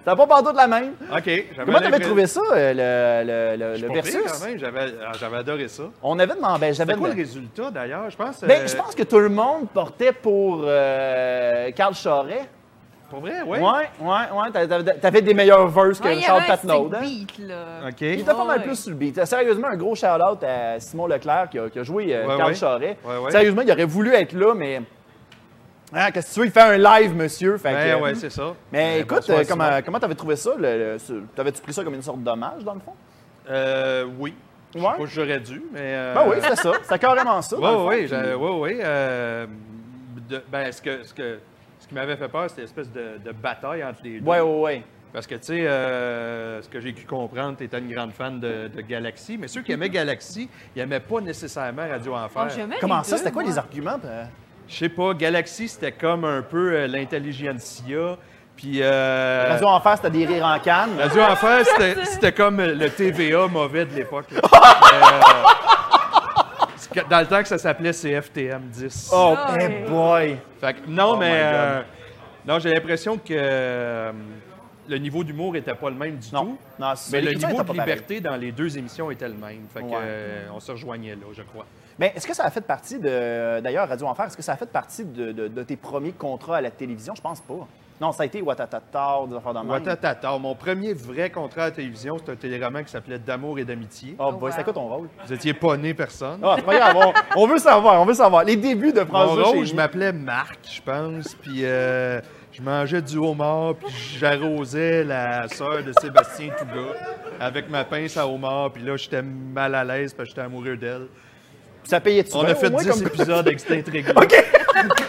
Speaker 2: T'as pas partout de la même.
Speaker 5: OK. j'avais
Speaker 2: Comment t'avais
Speaker 5: l'impression-
Speaker 2: trouvé ça, euh, le, le, le- le
Speaker 5: Pas pire,
Speaker 2: versus?
Speaker 5: quand même, J'avais ah, j'avais adoré ça.
Speaker 2: On avait demandé. Ben, j'avais
Speaker 5: C'était quoi le
Speaker 2: demandé-
Speaker 5: résultat, d'ailleurs? Je pense...
Speaker 2: Ben,
Speaker 5: euh,
Speaker 2: je pense que tout le monde portait pour euh, Carl Charret.
Speaker 5: Pour vrai, oui.
Speaker 2: Ouais, ouais, ouais. T'avais- T'avais t'avais des meilleurs verses que
Speaker 4: Ouais, il y
Speaker 2: Charles
Speaker 4: avait un stick
Speaker 2: Patnaud. hein?
Speaker 4: beat, là.
Speaker 5: OK.
Speaker 2: Il était pas
Speaker 4: Ouais,
Speaker 2: mal
Speaker 4: ouais.
Speaker 2: plus sur le beat. Sérieusement, un gros shout-out à Simon Leclerc qui a, qui a joué euh,
Speaker 5: Ouais,
Speaker 2: Carl
Speaker 5: ouais.
Speaker 2: Charret.
Speaker 5: Ouais, ouais.
Speaker 2: Sérieusement, il aurait voulu être là, mais. Ah, Qu'est-ce que tu veux? Il fait un live, monsieur. Fait
Speaker 5: Ben,
Speaker 2: que-
Speaker 5: ouais, c'est ça.
Speaker 2: Mais
Speaker 5: Euh,
Speaker 2: écoute,
Speaker 5: bonsoir,
Speaker 2: euh,
Speaker 5: Simon.
Speaker 2: comment comment t'avais trouvé ça? le- le- ce- T'avais-tu pris ça comme une sorte d'hommage, dans le fond?
Speaker 5: Euh, oui. Je sais
Speaker 2: Ouais.
Speaker 5: pas si j'aurais dû, mais... euh,
Speaker 2: Ben oui, c'est ça. C'est carrément ça.
Speaker 5: Oui,
Speaker 2: dans le fond.
Speaker 5: oui, oui, oui, oui. euh, de- ben, ce, que, ce, que, ce qui m'avait fait peur, c'était l'espèce de, de bataille entre les deux.
Speaker 2: Ouais, ouais, ouais.
Speaker 5: Parce que, tu sais, euh, ce que j'ai pu comprendre, tu étais une grande fan de, de Galaxy, mais ceux
Speaker 2: Mm-hmm.
Speaker 5: qui aimaient Galaxy, ils n'aimaient pas nécessairement Radio
Speaker 4: Donc,
Speaker 5: Enfer.
Speaker 4: j'aimais
Speaker 2: Comment
Speaker 4: les
Speaker 2: ça?
Speaker 4: deux,
Speaker 2: C'était quoi
Speaker 4: moi.
Speaker 2: les arguments? ben?
Speaker 5: Je sais pas, Galaxy, c'était comme un peu euh, l'intelligentsia, puis... euh,
Speaker 2: Radio Enfer, c'était des rires en canne.
Speaker 5: Radio Enfer, c'était- c'était comme le TVA mauvais de l'époque. là. Mais, euh, c'est que- Dans le temps que ça s'appelait CFTM 10.
Speaker 2: Oh,
Speaker 4: Ah,
Speaker 2: hey
Speaker 4: ouais.
Speaker 2: boy!
Speaker 5: Fait que non,
Speaker 2: my
Speaker 5: mais
Speaker 2: God.
Speaker 5: euh, non, j'ai l'impression que euh, le niveau d'humour était pas le même du
Speaker 2: Non,
Speaker 5: tout.
Speaker 2: non c'est-
Speaker 5: Mais le
Speaker 2: l'écriture
Speaker 5: niveau
Speaker 2: était
Speaker 5: de
Speaker 2: pas pareil.
Speaker 5: liberté dans les deux émissions était le même. Fait que,
Speaker 2: Ouais.
Speaker 5: euh, on se rejoignait là, je crois.
Speaker 2: Mais est-ce que ça a fait partie de. D'ailleurs, Radio Enfer, est-ce que ça a fait partie de, de- de tes premiers contrats à la télévision? Je pense pas. Non, ça a été Watatata, des affaires dans le même.
Speaker 5: Watatata, mon premier vrai contrat à la télévision, c'était un téléroman qui s'appelait D'amour et d'amitié.
Speaker 2: Oh,
Speaker 4: Oh,
Speaker 2: boy,
Speaker 4: wow.
Speaker 2: c'est quoi ton rôle?
Speaker 5: Vous étiez pas né personne.
Speaker 2: Ah, c'est pas grave, on, on veut savoir, on veut savoir. Les débuts de
Speaker 5: Mon
Speaker 2: François
Speaker 5: rôle,
Speaker 2: Chénier.
Speaker 5: je m'appelais Marc, je pense, puis euh, je mangeais du homard, puis j'arrosais la sœur de Sébastien Touga avec ma pince à homard, puis là, j'étais mal à l'aise parce que j'étais amoureux d'elle.
Speaker 2: Ça payait-tu
Speaker 5: On
Speaker 2: bien,
Speaker 5: a
Speaker 2: au
Speaker 5: fait
Speaker 2: moins,
Speaker 5: 10
Speaker 2: comme-
Speaker 5: épisodes avec cette intrigue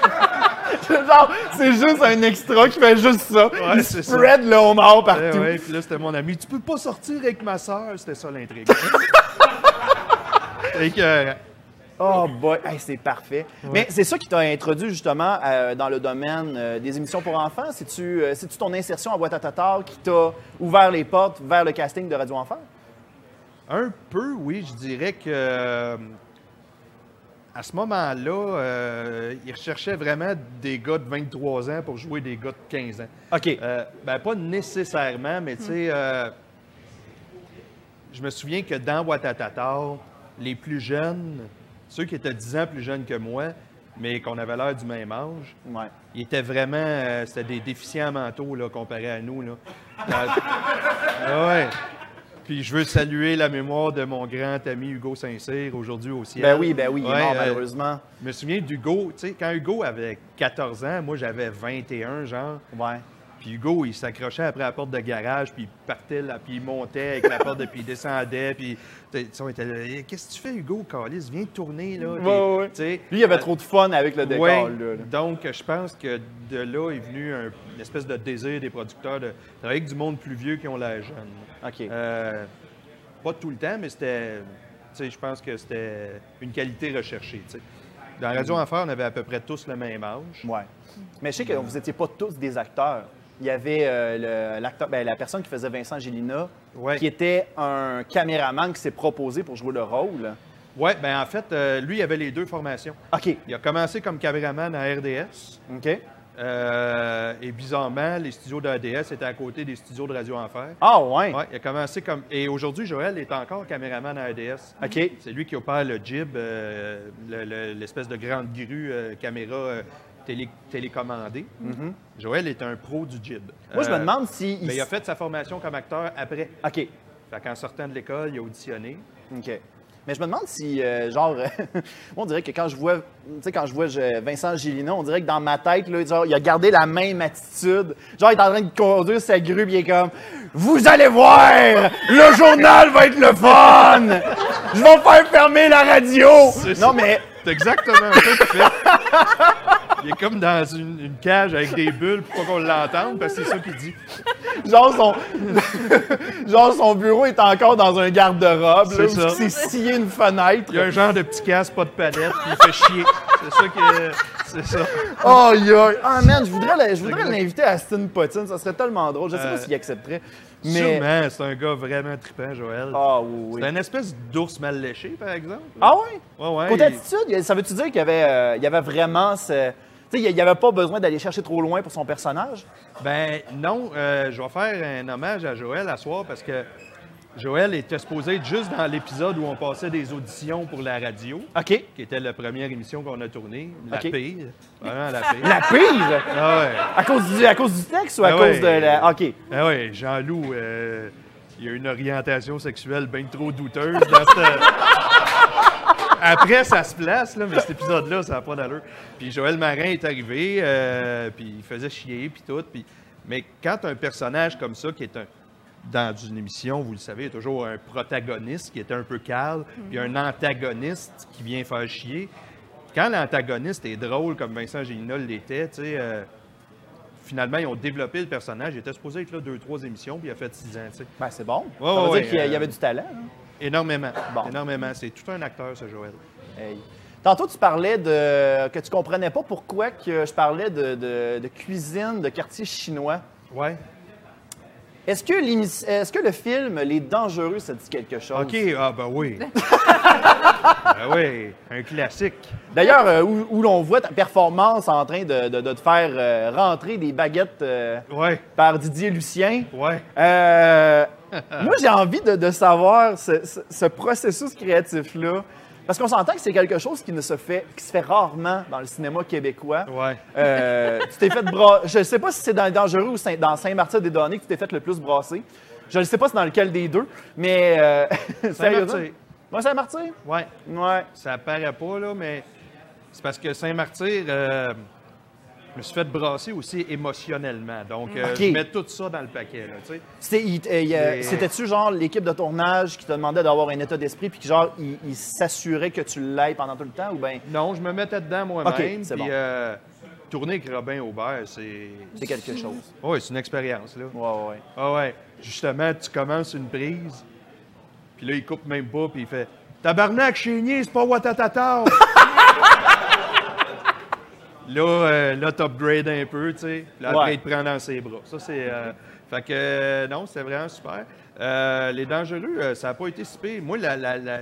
Speaker 2: Genre, c'est juste un extra qui fait juste ça.
Speaker 5: Ouais,
Speaker 2: Il
Speaker 5: c'est ça.
Speaker 2: spread le homard partout.
Speaker 5: ouais, puis là, c'était mon ami. Tu peux pas sortir avec ma sœur, c'était ça l'intrigue. Fait que, euh,
Speaker 2: Oh boy, Hey, c'est parfait. Mais c'est ça qui t'a introduit justement euh, dans le domaine euh, des émissions pour enfants. C'est-tu euh, c'est-tu ton insertion à Boîte à Tatar qui t'a ouvert les portes vers le casting de Radio Enfer?
Speaker 5: Un peu, oui. Je dirais que euh, à ce moment-là, euh, ils recherchaient vraiment des gars de 23 ans pour jouer des gars de 15 ans.
Speaker 2: OK.
Speaker 5: Euh, ben, pas nécessairement, mais tu sais, euh, je me souviens que dans Watatata, les plus jeunes, ceux qui étaient 10 ans plus jeunes que moi, mais qu'on avait l'air du même âge,
Speaker 2: Ouais.
Speaker 5: ils étaient vraiment. euh, c'était des déficients mentaux, là, comparé à nous, là. Euh, ouais. Puis je veux saluer la mémoire de mon grand ami Hugo Saint-Cyr, aujourd'hui au ciel.
Speaker 2: Ben oui, ben oui, il est
Speaker 5: Ouais,
Speaker 2: mort,
Speaker 5: euh,
Speaker 2: malheureusement.
Speaker 5: Je me souviens d'Hugo, tu sais, quand Hugo avait 14 ans, moi j'avais 21, genre.
Speaker 2: Ouais.
Speaker 5: Puis Hugo, il s'accrochait après la porte de garage, puis il partait là, puis il montait avec la porte, puis il descendait, puis tu sais, on était là, Eh, qu'est-ce que tu fais, Hugo, Calis, viens tourner, là. Puis,
Speaker 2: Ouais, ouais.
Speaker 5: tu sais,
Speaker 2: Lui, il avait
Speaker 5: euh,
Speaker 2: trop de fun avec le décor.
Speaker 5: Ouais.
Speaker 2: là, là.
Speaker 5: Donc, je pense que de là est venu un, une espèce de désir des producteurs de travailler avec du monde plus vieux qui ont la jeune.
Speaker 2: OK.
Speaker 5: Euh, pas tout le temps, mais c'était. Tu sais, je pense que c'était une qualité recherchée. tu sais. Dans Radio Enfer, on avait à peu près tous le même âge.
Speaker 2: Ouais. Mais je sais que vous n'étiez pas tous des acteurs. il y avait euh, le- l'acteur, ben, la personne qui faisait Vincent Gélina,
Speaker 5: Ouais.
Speaker 2: qui était un caméraman qui s'est proposé pour jouer le rôle.
Speaker 5: Oui, ben en fait, euh, lui, il avait les deux formations.
Speaker 2: OK.
Speaker 5: Il a commencé comme caméraman à RDS.
Speaker 2: OK.
Speaker 5: euh, et bizarrement, les studios de RDS étaient à côté des studios de Radio Enfer.
Speaker 2: Ah, ouais.
Speaker 5: Ouais, il a commencé comme. Et aujourd'hui, Joël est encore caméraman à RDS.
Speaker 2: OK.
Speaker 5: C'est lui qui opère le jib, euh, le- le- l'espèce de grande grue euh, caméra euh, télé- télécommandée. Joël est un pro du jib.
Speaker 2: Moi, je me
Speaker 5: Euh,
Speaker 2: demande si.
Speaker 5: mais il a fait sa formation comme acteur après.
Speaker 2: OK.
Speaker 5: Fait qu'en sortant de l'école, il a auditionné.
Speaker 2: OK. Mais je me demande si, euh, genre, moi, on dirait que quand je vois, tu sais, quand je vois je- Vincent Gélina, on dirait que dans ma tête, là, genre, il a gardé la même attitude. Genre, il est en train de conduire sa grue, puis il est comme « Vous allez voir! Le journal va être le fun! Je vais faire fermer la radio! » Non, mais...
Speaker 5: C'est exactement ça qu'il fait. Il est comme dans une, une cage avec des bulles pour pas qu'on l'entende, parce que c'est ça qu'il dit.
Speaker 2: Genre son, genre, son bureau est encore dans un garde-robe.
Speaker 5: C'est
Speaker 2: là, où
Speaker 5: ça.
Speaker 2: il s'est scié une fenêtre.
Speaker 5: Il y a un genre de petit casque, pas de palette, puis il fait chier. C'est ça que. C'est ça.
Speaker 2: Oh, yo! Ah, man, je voudrais, la- je voudrais l'inviter à Aston Potin. Ça serait tellement drôle. Je sais pas
Speaker 5: Euh,
Speaker 2: s'il accepterait. Mais.
Speaker 5: Sûrement, c'est un gars vraiment trippant, Joël.
Speaker 2: Ah, oui,
Speaker 5: C'est
Speaker 2: oui.
Speaker 5: un espèce d'ours mal léché, par exemple.
Speaker 2: Ah, oui?
Speaker 5: Ouais, ouais.
Speaker 2: Côté
Speaker 5: il-
Speaker 2: attitude, il y a- ça veut-tu dire qu'il y, avait, euh, il y avait vraiment ce. Tu sais, il n'y avait pas besoin d'aller chercher trop loin pour son personnage?
Speaker 5: Ben non, euh, je vais faire un hommage à Joël à soir parce que Joël était supposé être juste dans l'épisode où on passait des auditions pour la radio,
Speaker 2: OK.
Speaker 5: qui était la première émission qu'on a tournée, la
Speaker 2: Ok.
Speaker 5: pire. Vraiment la pire.
Speaker 2: La pire!
Speaker 5: Ah ouais.
Speaker 2: À cause du, à cause du texte ou à
Speaker 5: Ben
Speaker 2: cause
Speaker 5: ouais.
Speaker 2: de la. OK.
Speaker 5: Ah ouais, Jean-Loup, euh, il a une orientation sexuelle bien trop douteuse dans cette- Après, ça se place, là, mais cet épisode-là, ça n'a pas d'allure. Puis Joël Marin est arrivé, euh, puis il faisait chier, puis tout. Puis... Mais quand un personnage comme ça, qui est un... dans une émission, vous le savez, il y a toujours un protagoniste qui est un peu calme, puis
Speaker 2: Mhm.
Speaker 5: un antagoniste qui vient faire chier. Quand l'antagoniste est drôle, comme Vincent Gélinol l'était, tu sais... euh, finalement, ils ont développé le personnage. Il était supposé être là deux, trois émissions, puis il a fait six ans, tu sais.
Speaker 2: Ben, c'est bon.
Speaker 5: Ouais,
Speaker 2: ça veut
Speaker 5: ouais,
Speaker 2: dire qu'il y a- il y
Speaker 5: euh,
Speaker 2: avait du talent. hein.
Speaker 5: Énormément.
Speaker 2: Bon.
Speaker 5: Énormément. C'est tout un acteur, ce Joël.
Speaker 2: Hey. Tantôt, tu parlais de que tu comprenais pas pourquoi que je parlais de, de- de cuisine de quartier chinois.
Speaker 5: Ouais.
Speaker 2: Est-ce que, l'émis- est-ce que le film Les Dangereux, ça dit quelque chose?
Speaker 5: OK. Ah, ben oui. ben oui. Un classique.
Speaker 2: D'ailleurs, euh, où, où l'on voit ta performance en train de, de- de te faire euh, rentrer des baguettes euh,
Speaker 5: Ouais.
Speaker 2: par Didier Lucien.
Speaker 5: Ouais.
Speaker 2: Euh, moi, j'ai envie de, de savoir ce, ce- ce processus créatif-là. Parce qu'on s'entend que c'est quelque chose qui ne se fait, qui se fait rarement dans le cinéma québécois.
Speaker 5: Ouais.
Speaker 2: Euh, tu t'es fait bra... Je ne sais pas si c'est dans les dangereux ou Saint- dans Saint-Martin des Données que tu t'es fait le plus brasser. Je ne sais pas c'est dans lequel des deux, mais euh, sérieusement. Moi, Saint-Martin?
Speaker 5: Ouais.
Speaker 2: Ouais.
Speaker 5: Ça paraît pas, là, mais c'est parce que Saint-Martyr, euh, je me suis fait brasser aussi émotionnellement. Donc, euh,
Speaker 2: Ok.
Speaker 5: je mets tout ça dans le paquet, là, tu sais.
Speaker 2: C'est- il- euh, il, euh,
Speaker 5: Mais-
Speaker 2: C'était-tu genre l'équipe de tournage qui te demandait d'avoir un état d'esprit puis qui genre il, il s'assurait que tu l'ailles pendant tout le temps ou bien
Speaker 5: Non, je me mettais dedans moi-même.
Speaker 2: Ok, c'est
Speaker 5: puis,
Speaker 2: bon.
Speaker 5: euh, tourner avec Robin Aubert, c'est.
Speaker 2: c'est quelque chose?
Speaker 5: Oui, c'est une expérience, là.
Speaker 2: Ouais, ouais, ouais.
Speaker 5: Ah ouais. Justement, tu commences une prise, puis là, il coupe même pas, puis il fait Tabarnak, chénier, c'est pas Watatata! là, euh, là t'upgrades un peu, tu sais. Puis Là, après,
Speaker 2: Ouais.
Speaker 5: il te prend dans ses bras. Ça, c'est. euh, fait que, euh, non, c'est vraiment super. Euh, les dangereux, euh, ça n'a pas été si pire. Moi, la, la- la-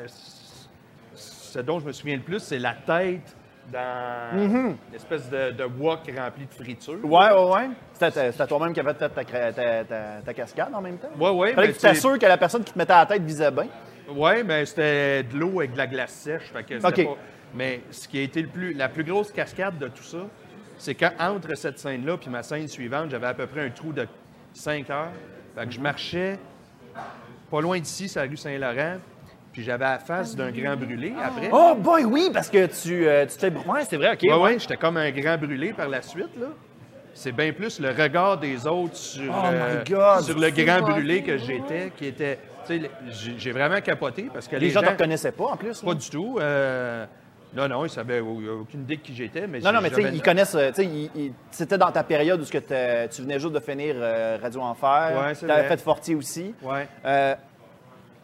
Speaker 5: ce dont je me souviens le plus, c'est la tête dans une espèce de, de wok rempli de friture.
Speaker 2: Mhm. Ouais, ouais, ouais. C'était c'était toi-même qui avait fait ta, cré- ta- ta- ta cascade en même temps?
Speaker 5: Ouais, ouais,
Speaker 2: Fallait
Speaker 5: mais
Speaker 2: que tu
Speaker 5: c'est-
Speaker 2: t'assures que la personne qui te mettait à la tête visait bien.
Speaker 5: Oui, mais c'était de l'eau avec de la glace sèche. Fait que c'était
Speaker 2: OK.
Speaker 5: pas- Mais ce qui a été le plus, la plus grosse cascade de tout ça, c'est quand entre cette scène-là puis ma scène suivante, j'avais à peu près un trou de 5 heures. Fait que je marchais pas loin d'ici, sur la rue Saint-Laurent, puis j'avais la face d'un grand brûlé après.
Speaker 2: Oh boy, oui, parce que tu, euh, tu t'es... Ouais, c'est vrai, OK.
Speaker 5: Oui, oui, j'étais comme un grand brûlé par la suite, là. C'est bien plus le regard des autres sur, euh,
Speaker 2: Oh my God!
Speaker 5: sur le
Speaker 4: C'est
Speaker 5: grand
Speaker 4: pas-
Speaker 5: brûlé que j'étais, qui était... tu sais, le- J'ai j'ai vraiment capoté parce que les,
Speaker 2: Les gens ne te reconnaissaient pas, en plus. là.
Speaker 5: Pas du tout. euh, non, non, ils savaient ils avaient aucune idée de qui j'étais. Mais
Speaker 2: Non, non, mais tu sais,
Speaker 5: j'avais-
Speaker 2: ils connaissent. euh, tu sais, ils- ils- C'était dans ta période où ce que t'es- tu venais juste de finir euh, Radio Enfer.
Speaker 5: Ouais, c'est
Speaker 2: T'avais
Speaker 5: vrai.
Speaker 2: fait Fortier aussi.
Speaker 5: Ouais.
Speaker 2: Euh,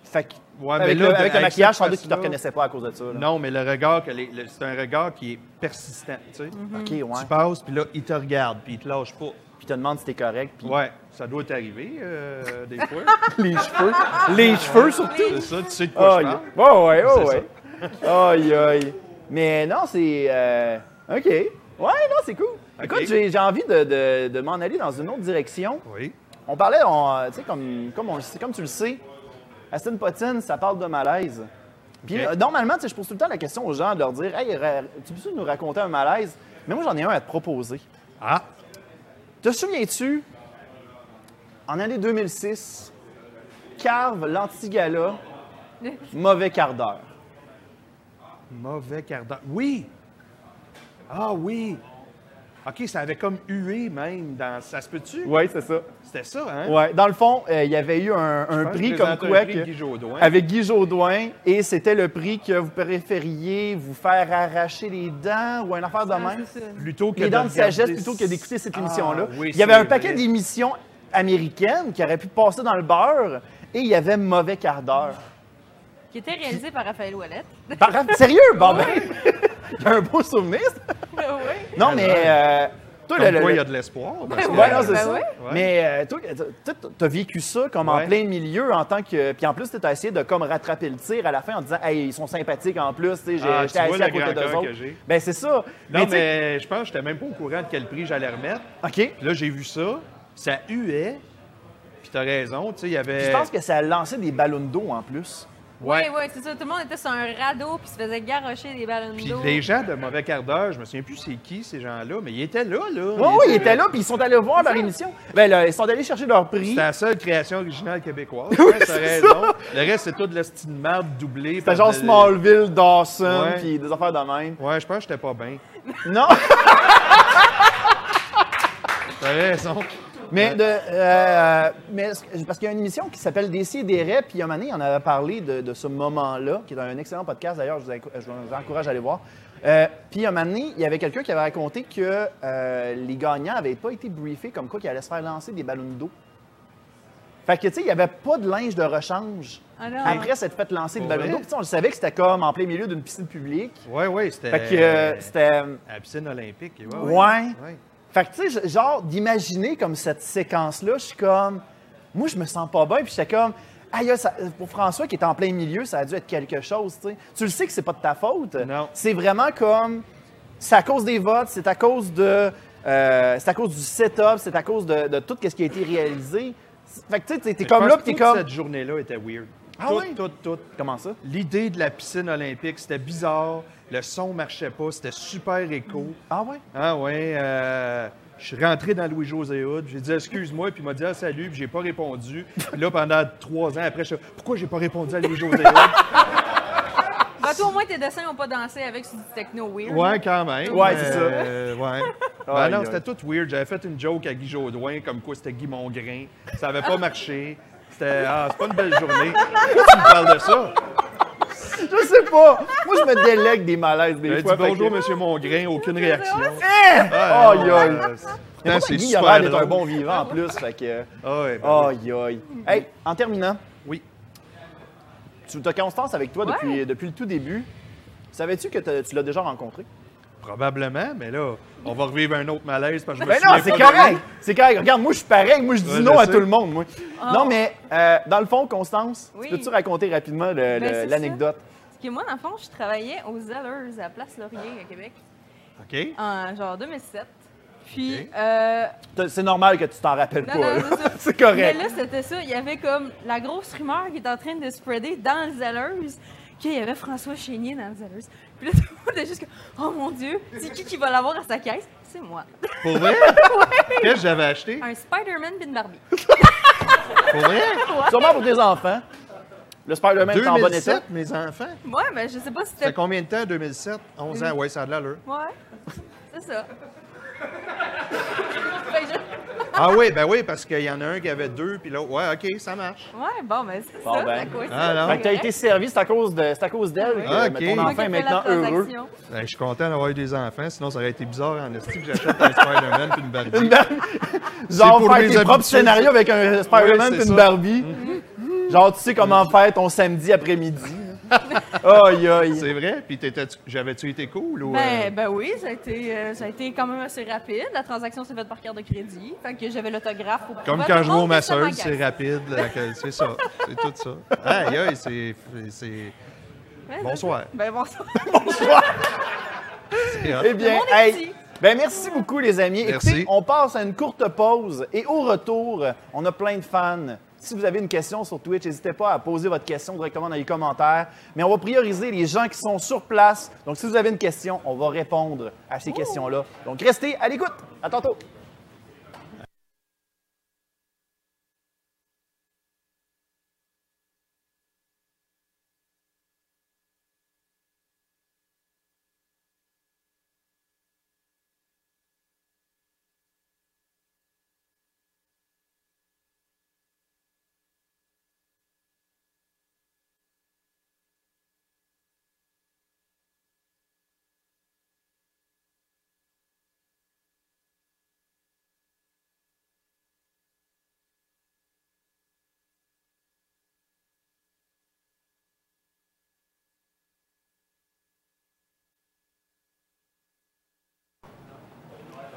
Speaker 2: fait que-
Speaker 5: Ouais, mais là, ben,
Speaker 2: avec, le, avec le
Speaker 5: avec
Speaker 2: maquillage,
Speaker 5: cette
Speaker 2: sans doute qu'ils ne te
Speaker 5: face-là-
Speaker 2: reconnaissaient pas à cause de ça. là.
Speaker 5: Non, mais le regard, que les- le- c'est un regard qui est persistant. Tu sais,
Speaker 2: OK, ouais.
Speaker 5: tu passes, puis là, ils te regardent, puis ils te lâchent pas.
Speaker 2: puis te demande si t'es correct. Puis
Speaker 5: Ouais, ça doit t'arriver euh, des fois.
Speaker 2: les cheveux, les cheveux surtout.
Speaker 5: C'est ça, tu sais de quoi
Speaker 2: Aïe,
Speaker 5: je parle.
Speaker 2: ouais, ouais, ouais,
Speaker 5: C'est
Speaker 2: ouais. Aïe, aïe. Mais non, c'est. euh, OK. Ouais, non, c'est cool. Écoute, j'ai j'ai envie de, de- de m'en aller dans une autre direction.
Speaker 5: Oui.
Speaker 2: On parlait, on, euh, tu sais, comme, comme, on le sait- comme tu le sais, Aston Potine, ça parle de malaise. Puis
Speaker 5: Ok.
Speaker 2: euh, normalement, tu sais, je pose tout le temps la question aux gens de leur dire Hey, ra- tu peux nous raconter un malaise Mais moi, j'en ai un à te proposer.
Speaker 5: Ah,
Speaker 2: Te souviens-tu, en année 2006, Carve, l'anti-gala, mauvais quart d'heure.
Speaker 5: mauvais quart d'heure. Oui! Ah oui! OK, ça avait comme hué même dans. Ça se peut-tu?
Speaker 2: Oui, c'est ça.
Speaker 5: C'était ça, hein?
Speaker 2: Ouais. Dans le fond, euh, il y avait eu un, un
Speaker 5: pense
Speaker 2: prix
Speaker 5: que
Speaker 2: comme
Speaker 5: présenter
Speaker 2: quoi
Speaker 5: un prix
Speaker 2: que-
Speaker 5: de Guy Jodoin.
Speaker 2: avec Guy Jodoin et c'était le prix que vous préfériez vous faire arracher les dents ou une affaire de même.
Speaker 4: Ah, c'est ça.
Speaker 5: Plutôt que
Speaker 2: Les dents de
Speaker 5: regarder-
Speaker 2: sagesse plutôt que d'écouter cette
Speaker 5: Ah,
Speaker 2: émission-là.
Speaker 5: oui,
Speaker 2: il y avait
Speaker 5: c'est
Speaker 2: un paquet
Speaker 5: vrai.
Speaker 2: d'émissions américaines qui auraient pu passer dans le beurre et il y avait mauvais quart d'heure.
Speaker 4: Qui était réalisé par Raphaël Ouellette.
Speaker 2: Par- Sérieux? Bon, ben, il y a un beau souvenir. ça.
Speaker 4: oui.
Speaker 2: Non, mais. euh, toi,
Speaker 5: Ah, Comme
Speaker 2: le- le-
Speaker 5: quoi, il y a de l'espoir. parce que-
Speaker 2: Ouais, non, c'est
Speaker 4: Ben
Speaker 2: ça.
Speaker 4: ouais.
Speaker 2: Mais euh, toi, t'as- t'as- t'as vécu ça comme en
Speaker 5: Ouais.
Speaker 2: plein milieu en tant que. Puis en plus, t'as essayé de comme rattraper le tir à la fin en disant, hey, ils sont sympathiques en plus. tu sais, j'ai-
Speaker 5: Ah,
Speaker 2: J'étais
Speaker 5: tu
Speaker 2: assis
Speaker 5: vois
Speaker 2: à
Speaker 5: le
Speaker 2: côté
Speaker 5: grand
Speaker 2: d'eux
Speaker 5: cœur
Speaker 2: autres.
Speaker 5: que j'ai.
Speaker 2: Ben c'est ça.
Speaker 5: Non, mais,
Speaker 2: tu sais-
Speaker 5: je pense que j'étais même pas au courant de quel prix j'allais remettre.
Speaker 2: ok.
Speaker 5: Puis là, j'ai vu ça, ça huait. Puis t'as raison, tu sais, il y avait.
Speaker 2: Je pense que ça a lancé des ballons d'eau en plus.
Speaker 5: Ouais.
Speaker 4: Oui, oui, c'est ça. Tout le monde était sur un radeau puis se faisait garrocher des ballons
Speaker 5: Puis
Speaker 4: d'eau.
Speaker 5: les gens de mauvais quart d'heure, je me souviens plus c'est qui ces gens-là, mais ils étaient là, là.
Speaker 2: Oui, oui, ils étaient là, puis ils sont allés voir leur émission. Ben, là, ils sont allés chercher leur prix.
Speaker 5: C'était la seule création originale québécoise.
Speaker 2: Oui,
Speaker 5: hein,
Speaker 2: c'est
Speaker 5: t'as raison. Le reste, c'est tout de l'estime marde doublée.
Speaker 2: C'était genre Smallville, Dawson,
Speaker 5: Ouais.
Speaker 2: puis des affaires de même.
Speaker 5: Ouais, je pense que j'étais pas bien.
Speaker 2: Non,
Speaker 5: T'as raison.
Speaker 2: mais, de, euh, mais est-ce que- parce qu'il y a une émission qui s'appelle D'ici et des rêves, puis il y a un moment donné, on avait parlé de, de ce moment-là, qui est un excellent podcast d'ailleurs, je, vous enc- je vous encourage à aller voir. Euh, puis il y a un moment donné, il y avait quelqu'un qui avait raconté que euh, les gagnants n'avaient pas été briefés comme quoi qu'ils allaient se faire lancer des ballons d'eau. Fait que, tu sais, il n'y avait pas de linge de rechange.
Speaker 4: Ah non.
Speaker 2: Après s'être fait lancer le
Speaker 5: Pour
Speaker 2: ballon
Speaker 5: vrai?
Speaker 2: d'eau, Puis, tu sais, on le savait que c'était comme en plein milieu d'une piscine publique.
Speaker 5: Ouais, ouais, c'était.
Speaker 2: Fait que euh, c'était.
Speaker 5: À la piscine olympique. Ouais.
Speaker 2: Ouais.
Speaker 5: ouais.
Speaker 2: Fait que, tu sais, genre, d'imaginer comme cette séquence-là, je suis comme. Moi, je me sens pas bien, puis j'étais comme. Aïe, aïe, ça- pour François qui est en plein milieu, ça a dû être quelque chose, tu sais. Tu le sais que c'est pas de ta faute.
Speaker 5: Non.
Speaker 2: C'est vraiment comme. C'est à cause des votes, c'est à cause de. euh, c'est à cause du setup, c'est à cause de, de tout ce qui a été réalisé. Fait que, tu sais, t'es- t'es
Speaker 5: Je
Speaker 2: comme
Speaker 5: pense
Speaker 2: là,
Speaker 5: que
Speaker 2: puis t'es
Speaker 5: toute
Speaker 2: comme.
Speaker 5: Cette journée-là était weird.
Speaker 2: Ah
Speaker 5: tout,
Speaker 2: ouais?
Speaker 5: tout, tout.
Speaker 2: Comment ça?
Speaker 5: L'idée de la piscine olympique, c'était bizarre. Le son marchait pas. C'était super écho.
Speaker 2: Ah ouais?
Speaker 5: Ah ouais. euh, je suis rentré dans Louis José Hood. J'ai dit excuse-moi, puis il m'a dit ah, salut, puis j'ai pas répondu. Puis là pendant trois ans après, je suis pourquoi j'ai pas répondu à Louis José Hood
Speaker 4: Ben, toi, au moins, tes dessins n'ont pas dansé avec ce techno weird.
Speaker 5: Ouais, quand même.
Speaker 2: Ouais, c'est ça.
Speaker 5: Euh, ouais. Ben
Speaker 2: Aïe,
Speaker 5: non,
Speaker 2: aïe.
Speaker 5: c'était tout weird. J'avais fait une joke à Guy Jodoin comme quoi c'était Guy Mongrain. Ça avait pas marché. C'était ah, c'est pas une belle journée. Pourquoi tu me parles de ça
Speaker 2: Je sais pas! Moi, je me délègue des malaises des
Speaker 5: J'avais dit
Speaker 2: fois. fait
Speaker 5: Ben, bonjour,
Speaker 2: que-
Speaker 5: monsieur Mongrain, aucune réaction.
Speaker 2: Aïe, aïe!
Speaker 5: Euh,
Speaker 2: Mais
Speaker 5: putain,
Speaker 2: pourtant,
Speaker 5: c'est
Speaker 2: Guy
Speaker 5: super
Speaker 2: Laval est
Speaker 5: drôle.
Speaker 2: un bon vivant en plus, fait que...
Speaker 5: Ah ouais, ben oui.
Speaker 2: Aïe, aïe. Hey, en terminant,
Speaker 5: Oui.
Speaker 2: tu as constance avec toi depuis, depuis le tout début. Savais-tu que t'as- tu l'as déjà rencontré?
Speaker 5: Probablement, mais là, on va revivre un autre malaise parce que je me
Speaker 2: Ben non,
Speaker 5: souviens
Speaker 2: c'est
Speaker 5: pas de lui.
Speaker 2: correct! C'est correct. Regarde, moi, je suis pareil. Moi, je dis
Speaker 5: Ouais, je
Speaker 2: non à
Speaker 5: sais.
Speaker 2: tout le monde, moi. Non, mais euh, dans le fond, Constance,
Speaker 4: Ah. Oui. Ben,
Speaker 2: tu peux-tu raconter rapidement le- le-
Speaker 4: c'est ça.
Speaker 2: l'anecdote?
Speaker 4: Parce que moi, dans le fond, je travaillais aux Zellers à Place Laurier, à Québec,
Speaker 5: OK.
Speaker 4: en genre 2007. Puis,
Speaker 5: Ok.
Speaker 4: euh,
Speaker 2: T'as- C'est normal que tu t'en rappelles
Speaker 4: Non,
Speaker 2: pas.
Speaker 4: non,
Speaker 2: là.
Speaker 4: c'est ça.
Speaker 2: c'est
Speaker 4: Mais
Speaker 2: correct.
Speaker 4: là, c'était ça. Il y avait comme la grosse rumeur qui est en train de spreader dans les Zellers qu'il y avait François Chénier dans les Zellers. Puis là, tout le monde est juste comme « Oh mon Dieu, c'est qui qui va l'avoir à sa caisse? C'est moi.
Speaker 5: Pour vrai? Qu'est-ce que j'avais acheté? »
Speaker 4: Un Spider-Man bin Barbie.
Speaker 5: Pour vrai?
Speaker 2: Sûrement pour tes enfants. Le Spider-Man est en bon état.
Speaker 5: 2007, mes enfants.
Speaker 4: Ouais, mais je sais pas si
Speaker 5: Ça fait
Speaker 4: c'était...
Speaker 5: combien de temps, 2007? 11 ans, ouais, ça a de l'allure.
Speaker 4: Ouais, c'est ça. Fait que je-
Speaker 5: Ah oui, ben oui, parce qu'il y en a un qui avait deux, puis l'autre, ouais, OK, ça marche.
Speaker 4: Ouais, bon, mais c'est
Speaker 2: Bon,
Speaker 4: ça.
Speaker 2: ben.
Speaker 4: la coïncidence.
Speaker 5: Ah, non.
Speaker 2: Fait que t'as été servi, c'est à cause de- c'est à cause d'elle que
Speaker 5: Ah,
Speaker 2: mais
Speaker 5: ok.
Speaker 2: ton
Speaker 5: Moi
Speaker 2: enfant
Speaker 4: Moi
Speaker 2: est
Speaker 4: qui ai fait
Speaker 2: maintenant
Speaker 4: la
Speaker 2: heureux.
Speaker 4: transaction.
Speaker 5: Ben, je suis content d'avoir eu des enfants, sinon ça aurait été bizarre en esti que j'achète un Spider-Man puis une Barbie.
Speaker 2: Genre
Speaker 5: pour
Speaker 2: faire tes
Speaker 5: mes
Speaker 2: propres
Speaker 5: habitudes.
Speaker 2: scénarios avec un Spider-Man
Speaker 5: Ouais,
Speaker 2: puis
Speaker 5: c'est ça.
Speaker 2: une Mm-hmm.
Speaker 5: Mm-hmm.
Speaker 2: Barbie. Genre, tu sais comment faire ton samedi après-midi. Aïe, aïe.
Speaker 5: C'est vrai? Puis t'étais-tu- j'avais-tu été cool ou. euh,
Speaker 4: Ben, ben oui, ça a, été, euh, ça a été quand même assez rapide. La transaction s'est faite par carte de crédit. Fait que j'avais l'autographe pour
Speaker 5: Comme
Speaker 4: prouver à
Speaker 5: quand
Speaker 4: tout
Speaker 5: je
Speaker 4: le
Speaker 5: vais au
Speaker 4: monde que ça
Speaker 5: masseur, c'est
Speaker 4: m'agace.
Speaker 5: rapide. là, que- C'est ça. C'est tout ça. Aïe, aïe, c'est. c'est-
Speaker 4: Ouais,
Speaker 5: Bonsoir.
Speaker 4: c'est- Ben bonsoir.
Speaker 5: c'est hot.
Speaker 2: Eh bien,
Speaker 4: monde est
Speaker 2: hey,
Speaker 4: petit.
Speaker 2: ben merci beaucoup, les amis.
Speaker 5: Merci.
Speaker 2: Écoutez, on passe à une courte pause et au retour, on a plein de fans. Si vous avez une question sur Twitch, n'hésitez pas à poser votre question directement dans les commentaires. Mais on va prioriser les gens qui sont sur place. Donc, si vous avez une question, on va répondre à ces questions-là. Donc, restez à l'écoute. À tantôt.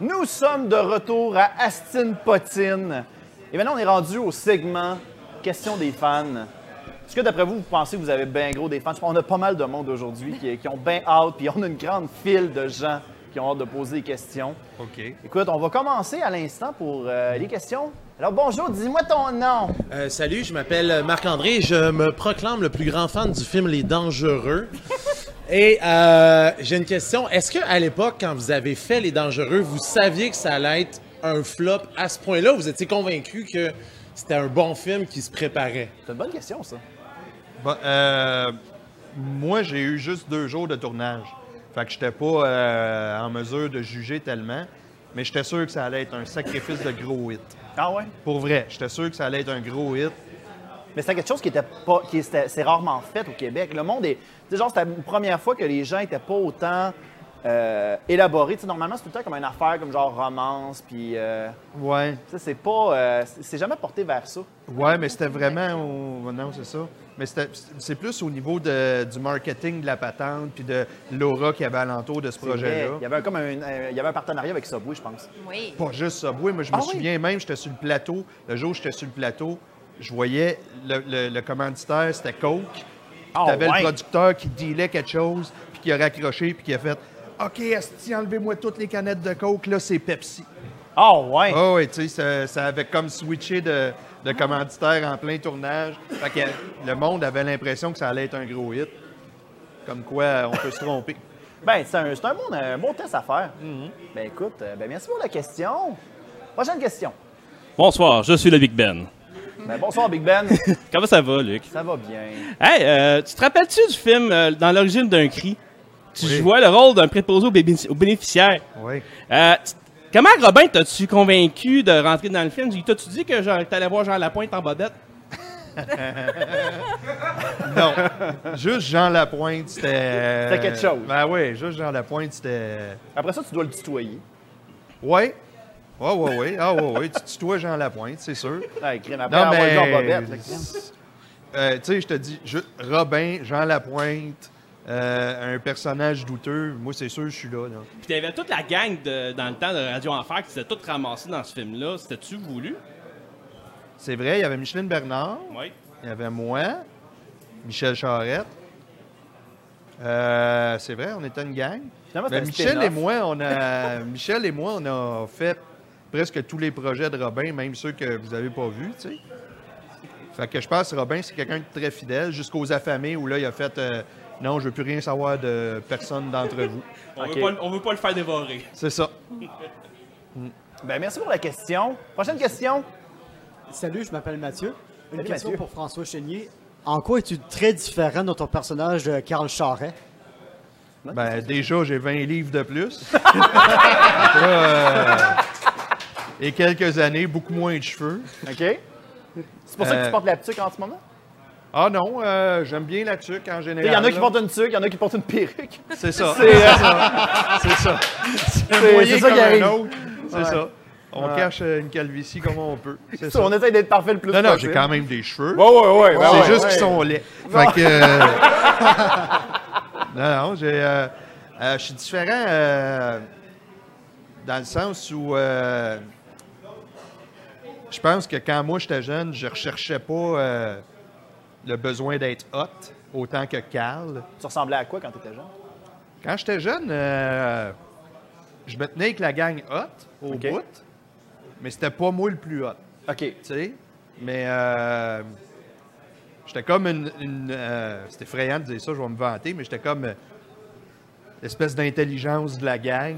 Speaker 2: Nous sommes de retour à Astin Potine. Et maintenant, on est rendu au segment Question des fans. Est-ce que d'après vous, vous pensez que vous avez bien gros des fans? Je pense qu'on a pas mal de monde aujourd'hui qui, qui ont bien hâte, puis on a une grande file de gens qui ont hâte de poser des questions.
Speaker 5: OK.
Speaker 2: Écoute, on va commencer à l'instant pour euh, les questions. Alors bonjour, dis-moi ton nom.
Speaker 6: Euh, salut, je m'appelle Marc-André. Je me proclame le plus grand fan du film Les Dangereux. Et euh, j'ai une question. Est-ce que à l'époque, quand vous avez fait Les Dangereux, vous saviez que ça allait être un flop à ce point-là? ou Vous étiez convaincu que c'était un bon film qui se préparait?
Speaker 2: C'est une bonne question, ça.
Speaker 5: Bon, euh, moi, j'ai eu juste deux jours de tournage. Fait que j'étais pas euh, en mesure de juger tellement, mais j'étais sûr que ça allait être un sacrifice de gros hit.
Speaker 2: Ah ouais?
Speaker 5: Pour vrai, j'étais sûr que ça allait être un gros hit.
Speaker 2: Mais c'était quelque chose qui était pas, qui était- c'est rarement fait au Québec. Le monde est, tu sais, genre c'était une première fois que les gens étaient pas autant euh, élaborés. Tu sais, normalement c'est tout le temps comme une affaire comme genre romance, puis euh,
Speaker 5: Ouais.
Speaker 2: ça c'est pas, euh, c'est- c'est jamais porté vers ça.
Speaker 5: Ouais, mais c'était vraiment au... Non, c'est ça. Mais c'était- c'est plus au niveau de- du marketing de la patente puis de l'aura qu'il y avait alentour de ce
Speaker 2: C'est vrai.
Speaker 5: projet-là.
Speaker 2: Il y avait comme un, un- il y avait un partenariat avec Subway, je pense.
Speaker 4: Oui.
Speaker 5: Pas juste Subway. Moi, je me
Speaker 2: Ah oui?
Speaker 5: souviens même, j'étais sur le plateau. Le jour où j'étais sur le plateau, je voyais le, le- le commanditaire, c'était Coke.
Speaker 2: Ah
Speaker 5: T'avais
Speaker 2: ouais?
Speaker 5: le producteur qui dealait quelque chose, puis qui a raccroché, puis qui a fait OK, Esti, enlevez-moi toutes les canettes de Coke, là, c'est Pepsi.
Speaker 2: Ah ouais.
Speaker 5: Ah oui, tu sais, ça, ça avait comme switché de, de commanditaire en plein tournage. Fait que le monde avait l'impression que ça allait être un gros hit. Comme quoi, on peut se tromper.
Speaker 2: Ben c'est un, c'est un bon, un bon test à faire. Ben écoute, euh, ben merci pour la question. Prochaine question.
Speaker 7: Bonsoir, je suis le Big Ben.
Speaker 2: Ben, bonsoir Big Ben.
Speaker 7: Comment ça va, Luc?
Speaker 2: ça va bien.
Speaker 7: Hey, euh, tu te rappelles-tu du film euh, Dans l'origine d'un cri? Tu jouais le rôle d'un préposé aux, béni- aux bénéficiaires.
Speaker 5: Oui.
Speaker 7: Euh, tu- comment, Robin, t'as-tu convaincu de rentrer dans le film? T'as-tu dit que genre, t'allais voir Jean Lapointe en bobette?
Speaker 5: Non. Juste Jean Lapointe, c'était.
Speaker 2: C'était quelque chose.
Speaker 5: Ben oui, juste Jean Lapointe, c'était.
Speaker 2: Après ça, tu dois le tutoyer.
Speaker 5: Ouais. Ouais, ouais, ouais. Ah, ouais, ouais. Tu tutoies Jean Lapointe, c'est sûr.
Speaker 2: Ouais, crème, Ah, après
Speaker 5: Non,
Speaker 2: avoir
Speaker 5: mais.
Speaker 2: le genre bobette, là, crème.
Speaker 5: Euh, tu sais, je te dis, je- Robin, Jean Lapointe, euh, un personnage douteux, moi, c'est sûr, je suis là. là.
Speaker 7: Puis t'avais toute la gang de- dans le temps de Radio Enfer qui s'était toute ramassée dans ce film-là. C'était-tu voulu?
Speaker 5: C'est vrai, il y avait Micheline Bernard.
Speaker 7: Oui.
Speaker 5: Il y avait moi, Michel Charette. Euh, c'est vrai, on était une gang.
Speaker 2: Finalement,
Speaker 5: Mais
Speaker 2: c'était un
Speaker 5: Michel
Speaker 2: spin-off.
Speaker 5: et moi, on a Michel et moi, on a fait presque tous les projets de Robin, même ceux que vous avez pas vus, tu sais. Fait que je pense que Robin, c'est quelqu'un de très fidèle jusqu'aux affamés où là il a fait euh, non, je veux plus rien savoir de personne d'entre vous.
Speaker 7: On,
Speaker 2: Ok.
Speaker 7: veut pas, le- on veut pas le faire dévorer.
Speaker 5: C'est ça.
Speaker 2: Ben, merci pour la question. Prochaine question.
Speaker 8: Salut, je m'appelle Mathieu. Une
Speaker 2: Salut,
Speaker 8: question
Speaker 2: Mathieu.
Speaker 8: pour François Chénier. En quoi es-tu très différent de ton personnage de Carl Charret?
Speaker 5: Ben déjà, j'ai 20 livres de plus. Là, euh, et quelques années, beaucoup moins de cheveux.
Speaker 2: OK. C'est pour ça que tu
Speaker 5: Euh,
Speaker 2: portes la tuque en ce moment?
Speaker 5: Ah non, euh, j'aime bien la tuque en
Speaker 2: Il
Speaker 5: général.
Speaker 2: y en a qui
Speaker 5: là.
Speaker 2: portent une tuque, il y en a qui portent une perruque.
Speaker 5: C'est ça.
Speaker 2: C'est, euh,
Speaker 5: C'est ça.
Speaker 2: c'est
Speaker 5: Voyez
Speaker 2: ça qui
Speaker 5: comme un
Speaker 2: arrive.
Speaker 5: autre. C'est ça. On cache euh, une calvitie comme on peut. C'est ça.
Speaker 2: On essaie d'être parfait le plus
Speaker 5: Non, non, j'ai
Speaker 2: possible.
Speaker 5: quand même des cheveux.
Speaker 2: Ouais, ouais, ouais. ben
Speaker 5: c'est
Speaker 2: ouais,
Speaker 5: juste
Speaker 2: ouais.
Speaker 5: qu'ils sont laids. Fait que. euh, non, non, j'ai. euh, euh, je suis différent euh, dans le sens où. euh, je pense que quand moi j'étais jeune, je recherchais pas euh, le besoin d'être hot autant que Carl.
Speaker 2: Tu ressemblais à quoi quand t'étais jeune?
Speaker 5: Quand j'étais jeune, euh, je me tenais avec la gang hot au
Speaker 2: OK.
Speaker 5: bout, mais c'était pas moi le plus hot.
Speaker 2: OK.
Speaker 5: tu sais. Mais euh, j'étais comme une. une, euh, c'est effrayant de dire ça, je vais me vanter, mais j'étais comme euh, l'espèce d'intelligence de la gang.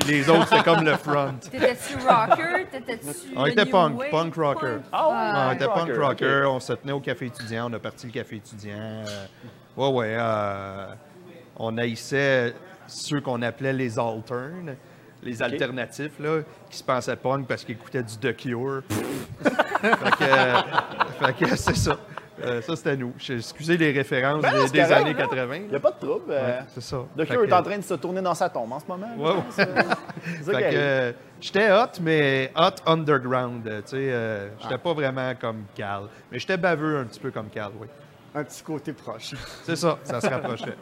Speaker 5: Puis les autres, c'était comme le front.
Speaker 9: T'étais-tu rocker? T'étais-tu.
Speaker 5: On
Speaker 9: le
Speaker 5: était
Speaker 9: new
Speaker 5: punk,
Speaker 9: wave?
Speaker 5: punk rocker.
Speaker 2: Ah
Speaker 5: on
Speaker 2: ouais,
Speaker 5: était punk rocker,
Speaker 2: ok.
Speaker 5: on se tenait au café étudiant, on a parti le café étudiant. euh, ouais, ouais. euh, on haïssait ceux qu'on appelait les alternes, les alternatifs, là, qui se pensaient punk parce qu'ils écoutaient du The Cure. fait que, euh, fait que c'est ça. Euh, ça, c'était nous. Je- Excusez les références
Speaker 2: Ben non,
Speaker 5: des,
Speaker 2: c'est
Speaker 5: des
Speaker 2: correct,
Speaker 5: années
Speaker 2: non.
Speaker 5: 80.
Speaker 2: Il a pas de trouble. euh,
Speaker 5: Ouais, c'est ça.
Speaker 2: The
Speaker 5: Fait
Speaker 2: Cure
Speaker 5: que-
Speaker 2: est en train de se tourner dans sa tombe en ce moment. là.
Speaker 5: Ouais, ouais.
Speaker 2: C'est ça qui
Speaker 5: Fait que,
Speaker 2: arrive.
Speaker 5: euh, j'étais hot, mais hot underground. euh, Tu sais, euh, j'étais
Speaker 8: Ah.
Speaker 5: pas vraiment comme Cal. Mais j'étais baveux un petit peu comme Cal, oui.
Speaker 8: Un petit côté proche.
Speaker 5: C'est ça, ça se rapprochait.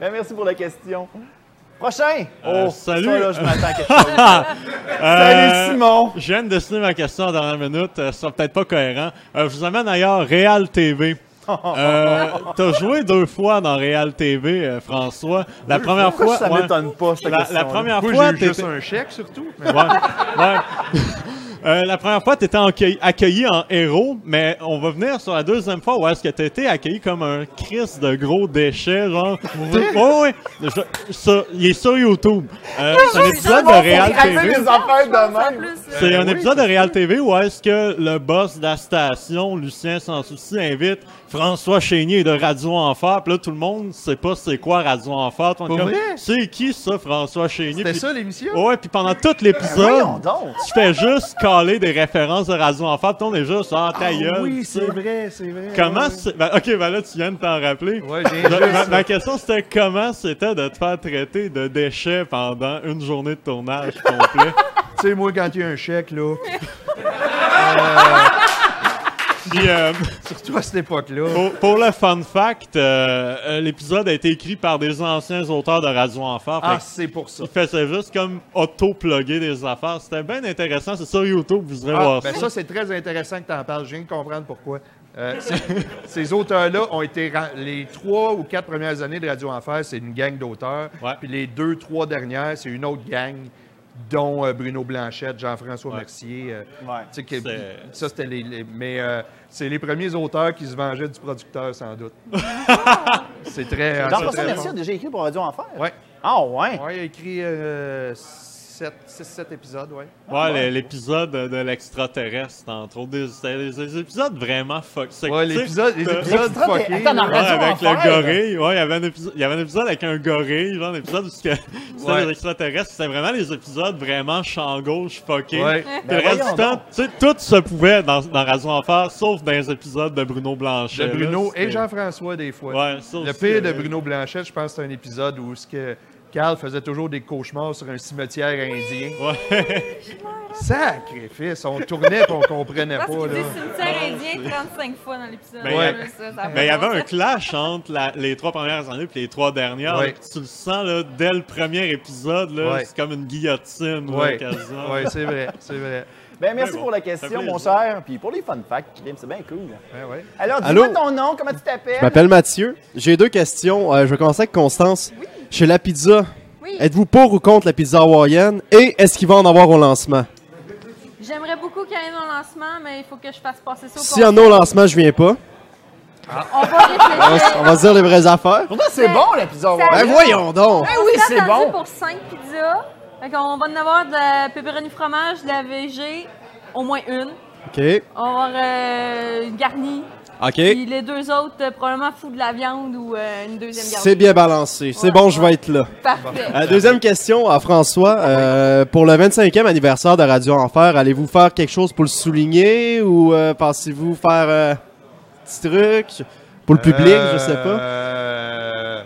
Speaker 2: Ben, merci pour la question. Prochain!
Speaker 10: Euh,
Speaker 2: oh,
Speaker 10: salut. Euh,
Speaker 2: ça, là, je m'attends à quelque chose. salut, Simon!
Speaker 10: Je viens de dessiner ma question en dernière minute, euh, ce sera peut-être pas cohérent. Euh, je vous amène ailleurs, Real TV.
Speaker 6: Oh,
Speaker 10: Euh, T'as joué deux fois dans Real TV, euh, François. La première
Speaker 2: Pourquoi
Speaker 10: fois,
Speaker 2: ça
Speaker 10: ouais.
Speaker 2: m'étonne pas, cette
Speaker 10: la,
Speaker 2: question-là?
Speaker 10: la première
Speaker 5: Moi,
Speaker 10: fois,
Speaker 5: j'ai eu juste
Speaker 10: t'étais-
Speaker 5: un chèque, surtout. mais-
Speaker 10: Ouais, ouais. Euh, la première fois, tu étais accueilli en héros, mais on va venir sur la deuxième fois où est-ce que tu été accueilli comme un Chris de gros déchets, genre. ouais, ouais. Je- ça, il est sur YouTube. Euh,
Speaker 4: Ah,
Speaker 10: c'est un épisode de Real TV.
Speaker 2: des affaires de même.
Speaker 10: Euh,
Speaker 5: Ben,
Speaker 10: C'est
Speaker 5: Ah
Speaker 10: un épisode de Real TV où est-ce que le boss de la station, Lucien Sans Souci, invite François Chénier de Radio Enfer. Puis là, tout le monde sait pas c'est quoi Radio Enfer. Tout le monde est
Speaker 5: Pour
Speaker 10: comme,
Speaker 5: vrai?
Speaker 10: C'est qui ça, François Chénier?
Speaker 5: C'était
Speaker 10: Puis-
Speaker 5: ça, l'émission?
Speaker 10: Ouais, puis pendant tout
Speaker 2: Voyons
Speaker 10: l'épisode,
Speaker 2: donc!
Speaker 10: tu fais juste caler des références de Radio Enfer. Puis on est juste, ah, ta gueule.
Speaker 5: oui, c'est vrai, c'est vrai.
Speaker 10: Comment
Speaker 5: ouais.
Speaker 10: c'est. ben, ok, ben là, tu viens de t'en rappeler.
Speaker 5: Ouais, j'ai
Speaker 10: Ma-
Speaker 5: juste-
Speaker 10: ma, ma question, c'était comment c'était de te faire traiter de déchets pendant une journée de tournage complet.
Speaker 5: Tu sais, moi, quand il y a un chèque, là,
Speaker 10: Puis, euh,
Speaker 5: surtout à cette époque-là.
Speaker 10: Pour, pour le fun fact, euh, euh, l'épisode a été écrit par des anciens auteurs de Radio Enfer.
Speaker 5: Ah,
Speaker 10: Fait
Speaker 5: c'est pour ça.
Speaker 10: qu'ils faisaient juste comme auto-plugger des affaires. C'était bien intéressant. C'est sur YouTube, vous irez
Speaker 5: Ah,
Speaker 10: voir
Speaker 5: ben
Speaker 10: ça.
Speaker 5: ça, c'est très intéressant que tu en parles. Je viens de comprendre pourquoi. Euh, ces- ces auteurs-là ont été. ra- Les trois ou quatre premières années de Radio Enfer, c'est une gang d'auteurs.
Speaker 10: Ouais.
Speaker 5: Puis les deux, trois dernières, c'est une autre gang, dont euh, Bruno Blanchette, Jean-François Mercier. euh, tu sais, qui-
Speaker 10: C'est-
Speaker 5: Ça, c'était les. les- mais euh, c'est les premiers auteurs qui se vengeaient du producteur, sans doute. c'est très. ah, c'est
Speaker 2: Jean-François
Speaker 5: très
Speaker 2: Mercier
Speaker 5: fort.
Speaker 2: a déjà écrit pour Radio Enfer?
Speaker 5: Ouais.
Speaker 2: Ah, ouais!
Speaker 5: Ouais, il a écrit euh, 6-7 épisodes, ouais.
Speaker 10: Ouais, l'é- l'épisode de de l'extraterrestre, entre autres. Des- C'était des, des épisodes vraiment fuck. c'est-
Speaker 5: Ouais,
Speaker 10: tu sais,
Speaker 5: l'épisode, les
Speaker 10: t'as-
Speaker 5: épisodes
Speaker 2: L'extra-
Speaker 5: fuckés.
Speaker 2: Attends,
Speaker 5: là.
Speaker 2: non,
Speaker 10: Ouais, avec
Speaker 2: Enfer.
Speaker 10: le gorille. Ouais, il y avait un épisode, il y avait un épisode avec un gorille, genre un épisode où c'était c'était
Speaker 5: Ouais.
Speaker 10: des extraterrestres. C'était vraiment les épisodes vraiment champ gauche fucké.
Speaker 5: Ouais.
Speaker 10: Puis
Speaker 2: Ben
Speaker 10: le reste
Speaker 2: voyons
Speaker 10: du temps,
Speaker 2: donc.
Speaker 10: tu sais, tout se pouvait dans, dans Radio Enfer, sauf dans les épisodes de Bruno Blanchet.
Speaker 5: De
Speaker 10: là,
Speaker 5: Bruno
Speaker 10: c'était-
Speaker 5: et Jean-François, des fois.
Speaker 10: Ouais, ça
Speaker 5: le
Speaker 10: aussi,
Speaker 5: pire de
Speaker 10: euh,
Speaker 5: Bruno Blanchet, je pense que c'est un épisode où ce que Carl faisait toujours des cauchemars sur un cimetière indien.
Speaker 10: Ouais.
Speaker 5: Sacrifice! On tournait et on comprenait
Speaker 9: Parce
Speaker 5: pas,
Speaker 9: qu'il
Speaker 5: là. Ben,
Speaker 9: dit cimetière indien 35 fois dans l'épisode.
Speaker 10: Mais
Speaker 5: Ouais.
Speaker 9: Ça, ça a pas
Speaker 10: Mais il y
Speaker 9: de bon
Speaker 10: avait un
Speaker 9: sens.
Speaker 10: clash entre la- les trois premières années et les trois dernières.
Speaker 5: Ouais.
Speaker 10: là, puis Tu le sens là, dès le premier épisode, là,
Speaker 5: Ouais.
Speaker 10: c'est comme une guillotine. là,
Speaker 5: Ouais,
Speaker 10: quasiment.
Speaker 5: ouais c'est vrai, c'est vrai.
Speaker 2: Ben, merci
Speaker 10: bon,
Speaker 2: pour la
Speaker 10: ça fait
Speaker 2: question,
Speaker 10: plaisir.
Speaker 2: mon cher, puis pour les fun facts, Kim, c'est bien cool.
Speaker 5: Ouais, Ben ouais.
Speaker 2: Alors, dis-moi
Speaker 11: Allô?
Speaker 2: ton nom, comment tu
Speaker 11: Je
Speaker 2: t'appelles?
Speaker 11: m'appelle Mathieu. J'ai deux questions. Euh, je vais commencer avec Constance. Chez la pizza,
Speaker 9: Oui.
Speaker 11: êtes-vous pour ou contre la pizza hawaïenne? Et est-ce qu'il va en avoir au lancement?
Speaker 9: J'aimerais beaucoup qu'il y ait un lancement, mais il faut que je fasse passer ça au
Speaker 11: S'il y en a au lancement, je viens pas.
Speaker 9: On va
Speaker 11: On va, s-
Speaker 9: réfléchir.
Speaker 11: on va se dire les vraies affaires.
Speaker 2: Pourtant, c'est bon, la pizza.
Speaker 9: Ça-
Speaker 11: Ben voyons donc!
Speaker 9: oui,
Speaker 2: Eh c'est bon.
Speaker 9: Ah, pour 5 pizzas. Fait qu'on va en avoir de la pepperoni fromage, de la VG, au moins une.
Speaker 11: OK.
Speaker 9: On va avoir euh, une garnie.
Speaker 11: OK.
Speaker 9: Puis les deux autres, euh, probablement fou de la viande ou euh, une deuxième garnie.
Speaker 11: C'est bien balancé. C'est
Speaker 9: Ouais.
Speaker 11: bon, je vais être là.
Speaker 9: Parfait.
Speaker 11: Euh, deuxième question à François. Euh, pour le 25e anniversaire de Radio Enfer, allez-vous faire quelque chose pour le souligner ou euh, pensez-vous faire euh, petit truc pour le public, je sais pas.
Speaker 5: Euh,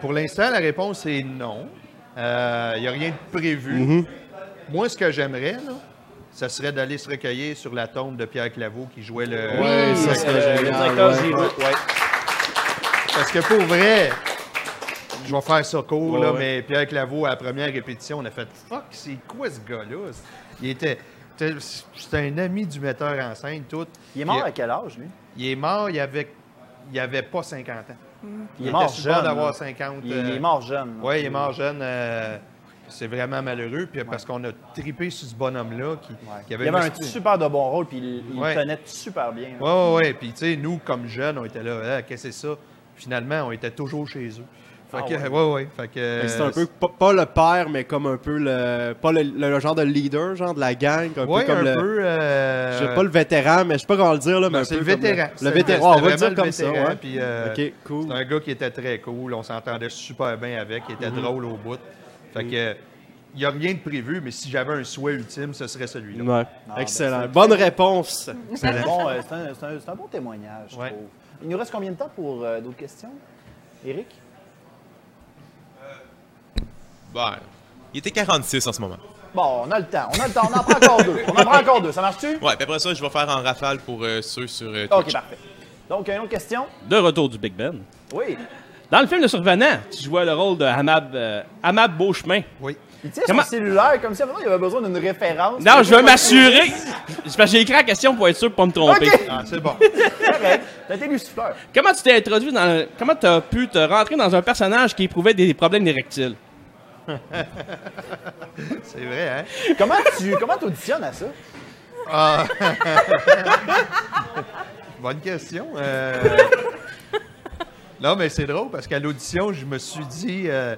Speaker 5: pour l'instant, la Euh,
Speaker 11: Mhm.
Speaker 5: réponse est non. Il n'y a rien de prévu. Moi, ce que j'aimerais, là, ça serait d'aller se recueillir sur la tombe de Pierre Claveau qui jouait le.
Speaker 11: Ouais, ça serait génial, ouais.
Speaker 5: ouais. Parce que pour vrai, je vais faire ça court,
Speaker 11: Ouais,
Speaker 5: là,
Speaker 11: ouais.
Speaker 5: mais Pierre Claveau, à la première répétition, on a fait Fuck, c'est quoi ce gars-là? Il était. c'était- C'était un ami du metteur en scène, tout.
Speaker 2: Il est mort
Speaker 5: Il-
Speaker 2: à quel âge, lui?
Speaker 5: Il est mort, il avait, il avait pas 50 ans.
Speaker 2: Il est mort
Speaker 5: était sur le bord
Speaker 2: jeune, là.
Speaker 5: d'avoir 50.
Speaker 2: Il- il est mort jeune, là.
Speaker 5: Oui, euh, il est mort jeune. euh, c'est vraiment malheureux, puis parce qu'on a tripé sur ce bonhomme-là qui, qui
Speaker 2: Il avait un super de bon rôle, puis il, il
Speaker 5: Ouais.
Speaker 2: tenait super bien.
Speaker 5: Oui, oui, oui. Puis, tu sais, nous, comme jeunes, on était là, Ah, qu'est-ce que c'est ça? Finalement, on était toujours chez eux. Fait
Speaker 11: Ah
Speaker 5: que,
Speaker 11: ouais.
Speaker 5: ouais, ouais. Fait que,
Speaker 11: Fait que Euh, C'est un peu, pas, pas le père, mais comme un peu le. Pas le, le- le genre de leader, genre de la gang. Un
Speaker 5: Ouais,
Speaker 11: peu comme
Speaker 5: un
Speaker 11: le.
Speaker 5: peu, euh,
Speaker 11: Je sais pas le vétéran, mais je sais pas comment le dire, là.
Speaker 5: Non,
Speaker 11: mais un
Speaker 5: c'est
Speaker 11: peu
Speaker 5: le
Speaker 11: comme
Speaker 5: vétéran.
Speaker 11: Le
Speaker 5: C'était-
Speaker 11: vétéran, on
Speaker 5: c'était
Speaker 11: va dire
Speaker 5: vraiment
Speaker 11: comme
Speaker 5: le
Speaker 11: ça,
Speaker 5: vétéran,
Speaker 11: ouais.
Speaker 5: puis, euh,
Speaker 11: Ok, cool.
Speaker 5: C'est un gars qui était très cool. On s'entendait super bien avec. Il était
Speaker 11: Mhm.
Speaker 5: drôle au bout. Fait que, il n'y a rien de prévu, mais si j'avais un souhait ultime, ce serait celui-là.
Speaker 11: Ouais. Excellent. Bonne réponse.
Speaker 2: C'est un, bon, euh, c'est un- c'est un- c'est un bon témoignage, je
Speaker 5: Ouais.
Speaker 2: trouve. Il nous reste combien de temps pour euh, d'autres questions, Eric?
Speaker 3: Ben, il était 46 en ce moment.
Speaker 2: Bon, on a le temps, on a le temps, on en prend encore deux. On en prend encore deux, ça marche-tu?
Speaker 3: Ouais, puis après ça, je vais faire en rafale pour euh, ceux sur euh, Twitch.
Speaker 2: Ok, bah, parfait. Donc, une autre question?
Speaker 7: De retour du Big Ben.
Speaker 2: Oui.
Speaker 7: Dans le film Le Survenant, tu jouais le rôle de Hamab, euh, Hamab Beauchemin.
Speaker 5: Oui.
Speaker 2: Il tient
Speaker 7: Comment-
Speaker 2: son cellulaire comme si avant, il avait besoin d'une référence.
Speaker 7: Non, je veux m'assurer. C'est parce que j'ai écrit la question pour être sûr de pas me tromper.
Speaker 2: Ok.
Speaker 5: Ah, c'est bon.
Speaker 2: Correct. T'as été souffleur.
Speaker 7: Comment tu t'es introduit dans le- Comment t'as pu te rentrer dans un personnage qui éprouvait des problèmes érectiles?
Speaker 5: C'est vrai, hein?
Speaker 2: Comment tu comment auditionnes à ça?
Speaker 5: Ah. Bonne question. euh. Non, mais c'est drôle parce qu'à l'audition, je me suis dit, euh,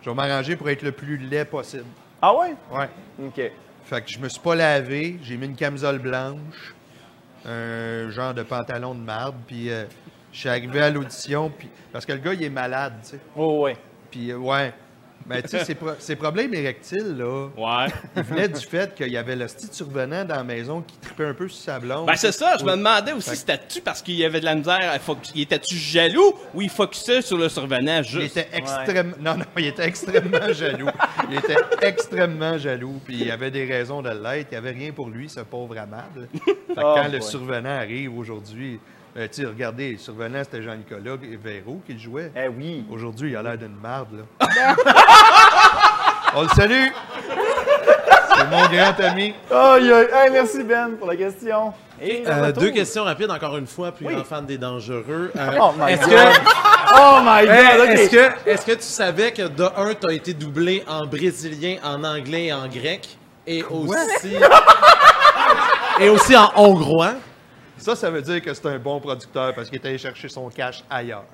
Speaker 5: je vais m'arranger pour être le plus laid possible.
Speaker 2: Ah ouais?
Speaker 5: Ouais.
Speaker 2: OK.
Speaker 5: Fait que je me suis pas lavé, j'ai mis une camisole blanche, un genre de pantalon de marbre, puis euh, je suis arrivé à l'audition, puis parce que le gars, il est malade, tu sais.
Speaker 2: Oh, ouais.
Speaker 5: Puis, euh, ouais. Mais tu sais, ses, pro- ses problèmes érectiles, là,
Speaker 7: Ouais.
Speaker 5: ils venaient du fait qu'il y avait le style survenant dans la maison qui tripait un peu sur sa blonde.
Speaker 7: Ben c'est ça, je me
Speaker 5: Ouais.
Speaker 7: demandais aussi si c'était-tu parce qu'il y avait de la misère, à fo- il était-tu jaloux ou il focusait sur le survenant juste?
Speaker 5: Il était extrêmement. Non, non, il était extrêmement jaloux. Il était extrêmement jaloux. Puis il avait des raisons de l'être. Il n'y avait rien pour lui, ce pauvre amable. Fait que
Speaker 6: Ah,
Speaker 2: Oh,
Speaker 5: quand
Speaker 2: boy.
Speaker 5: le survenant arrive aujourd'hui. euh, tu sais, regardez, le survenant, c'était Jean-Nicolas Véro qui le jouait.
Speaker 2: Eh oui.
Speaker 5: Aujourd'hui, il a l'air d'une marde, là. On le salue! C'est mon grand ami.
Speaker 2: Oh, merci Ben pour la question. Et
Speaker 6: Euh, deux questions rapides, encore une fois, puis un fan des dangereux. Euh,
Speaker 2: Oh my
Speaker 6: est-ce
Speaker 2: God.
Speaker 6: que-
Speaker 2: Oh my God,
Speaker 6: Hey,
Speaker 2: ok.
Speaker 6: Est-ce que, est-ce que tu savais que de un, t'as été doublé en brésilien, en anglais et en grec, et aussi et aussi en hongrois?
Speaker 5: Ça, ça veut dire que c'est un bon producteur parce qu'il est allé chercher son cash ailleurs.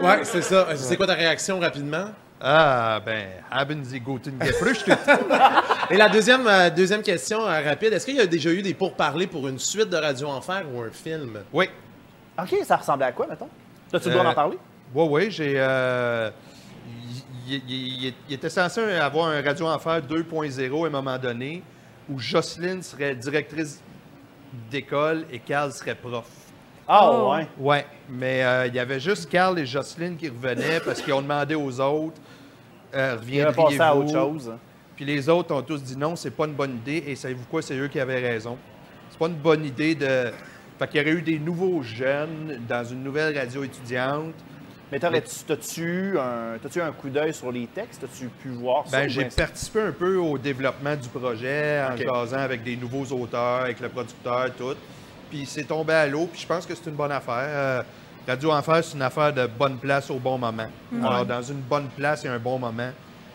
Speaker 6: Ouais, c'est ça. Euh, C'est quoi ta réaction rapidement?
Speaker 5: Ah, ben, haben Sie guten Gefrühstück?
Speaker 6: Et la deuxième euh, deuxième question euh, rapide, est-ce qu'il y a déjà eu des pourparlers pour une suite de Radio Enfer ou un film?
Speaker 5: Oui.
Speaker 2: OK, ça ressemblait à quoi, mettons? Là, tu dois
Speaker 5: Euh,
Speaker 2: en parler?
Speaker 5: Oui, oui, j'ai. euh, il- il- il- il était censé avoir un Radio Enfer 2.0 à un moment donné où Jocelyne serait directrice d'école et Carl serait prof.
Speaker 2: Ah, ouais.
Speaker 5: Ouais, mais euh, il y avait juste Carl et Jocelyne qui revenaient parce qu'ils ont demandé aux autres euh,
Speaker 2: Il a
Speaker 5: reviendriez-vous.
Speaker 2: passé à autre chose.
Speaker 5: Puis les autres ont tous dit non, c'est pas une bonne idée. Et savez-vous quoi, c'est eux qui avaient raison. C'est pas une bonne idée de. Fait qu'il y aurait eu des nouveaux jeunes dans une nouvelle radio étudiante.
Speaker 2: Mais t'aurais-tu- t'as-tu un, t'as-tu un coup d'œil sur les textes? As-tu pu voir ça?
Speaker 5: Ben,
Speaker 2: ou
Speaker 5: j'ai
Speaker 2: c'est-
Speaker 5: participé un peu au développement du projet en
Speaker 2: Ok.
Speaker 5: jasant avec des nouveaux auteurs, avec le producteur, tout. Puis c'est tombé à l'eau, puis je pense que c'est une bonne affaire. Euh, Radio Enfer, c'est une affaire de bonne place au bon moment.
Speaker 2: Mhm.
Speaker 5: Alors,
Speaker 2: Ouais.
Speaker 5: dans une bonne place et un bon moment,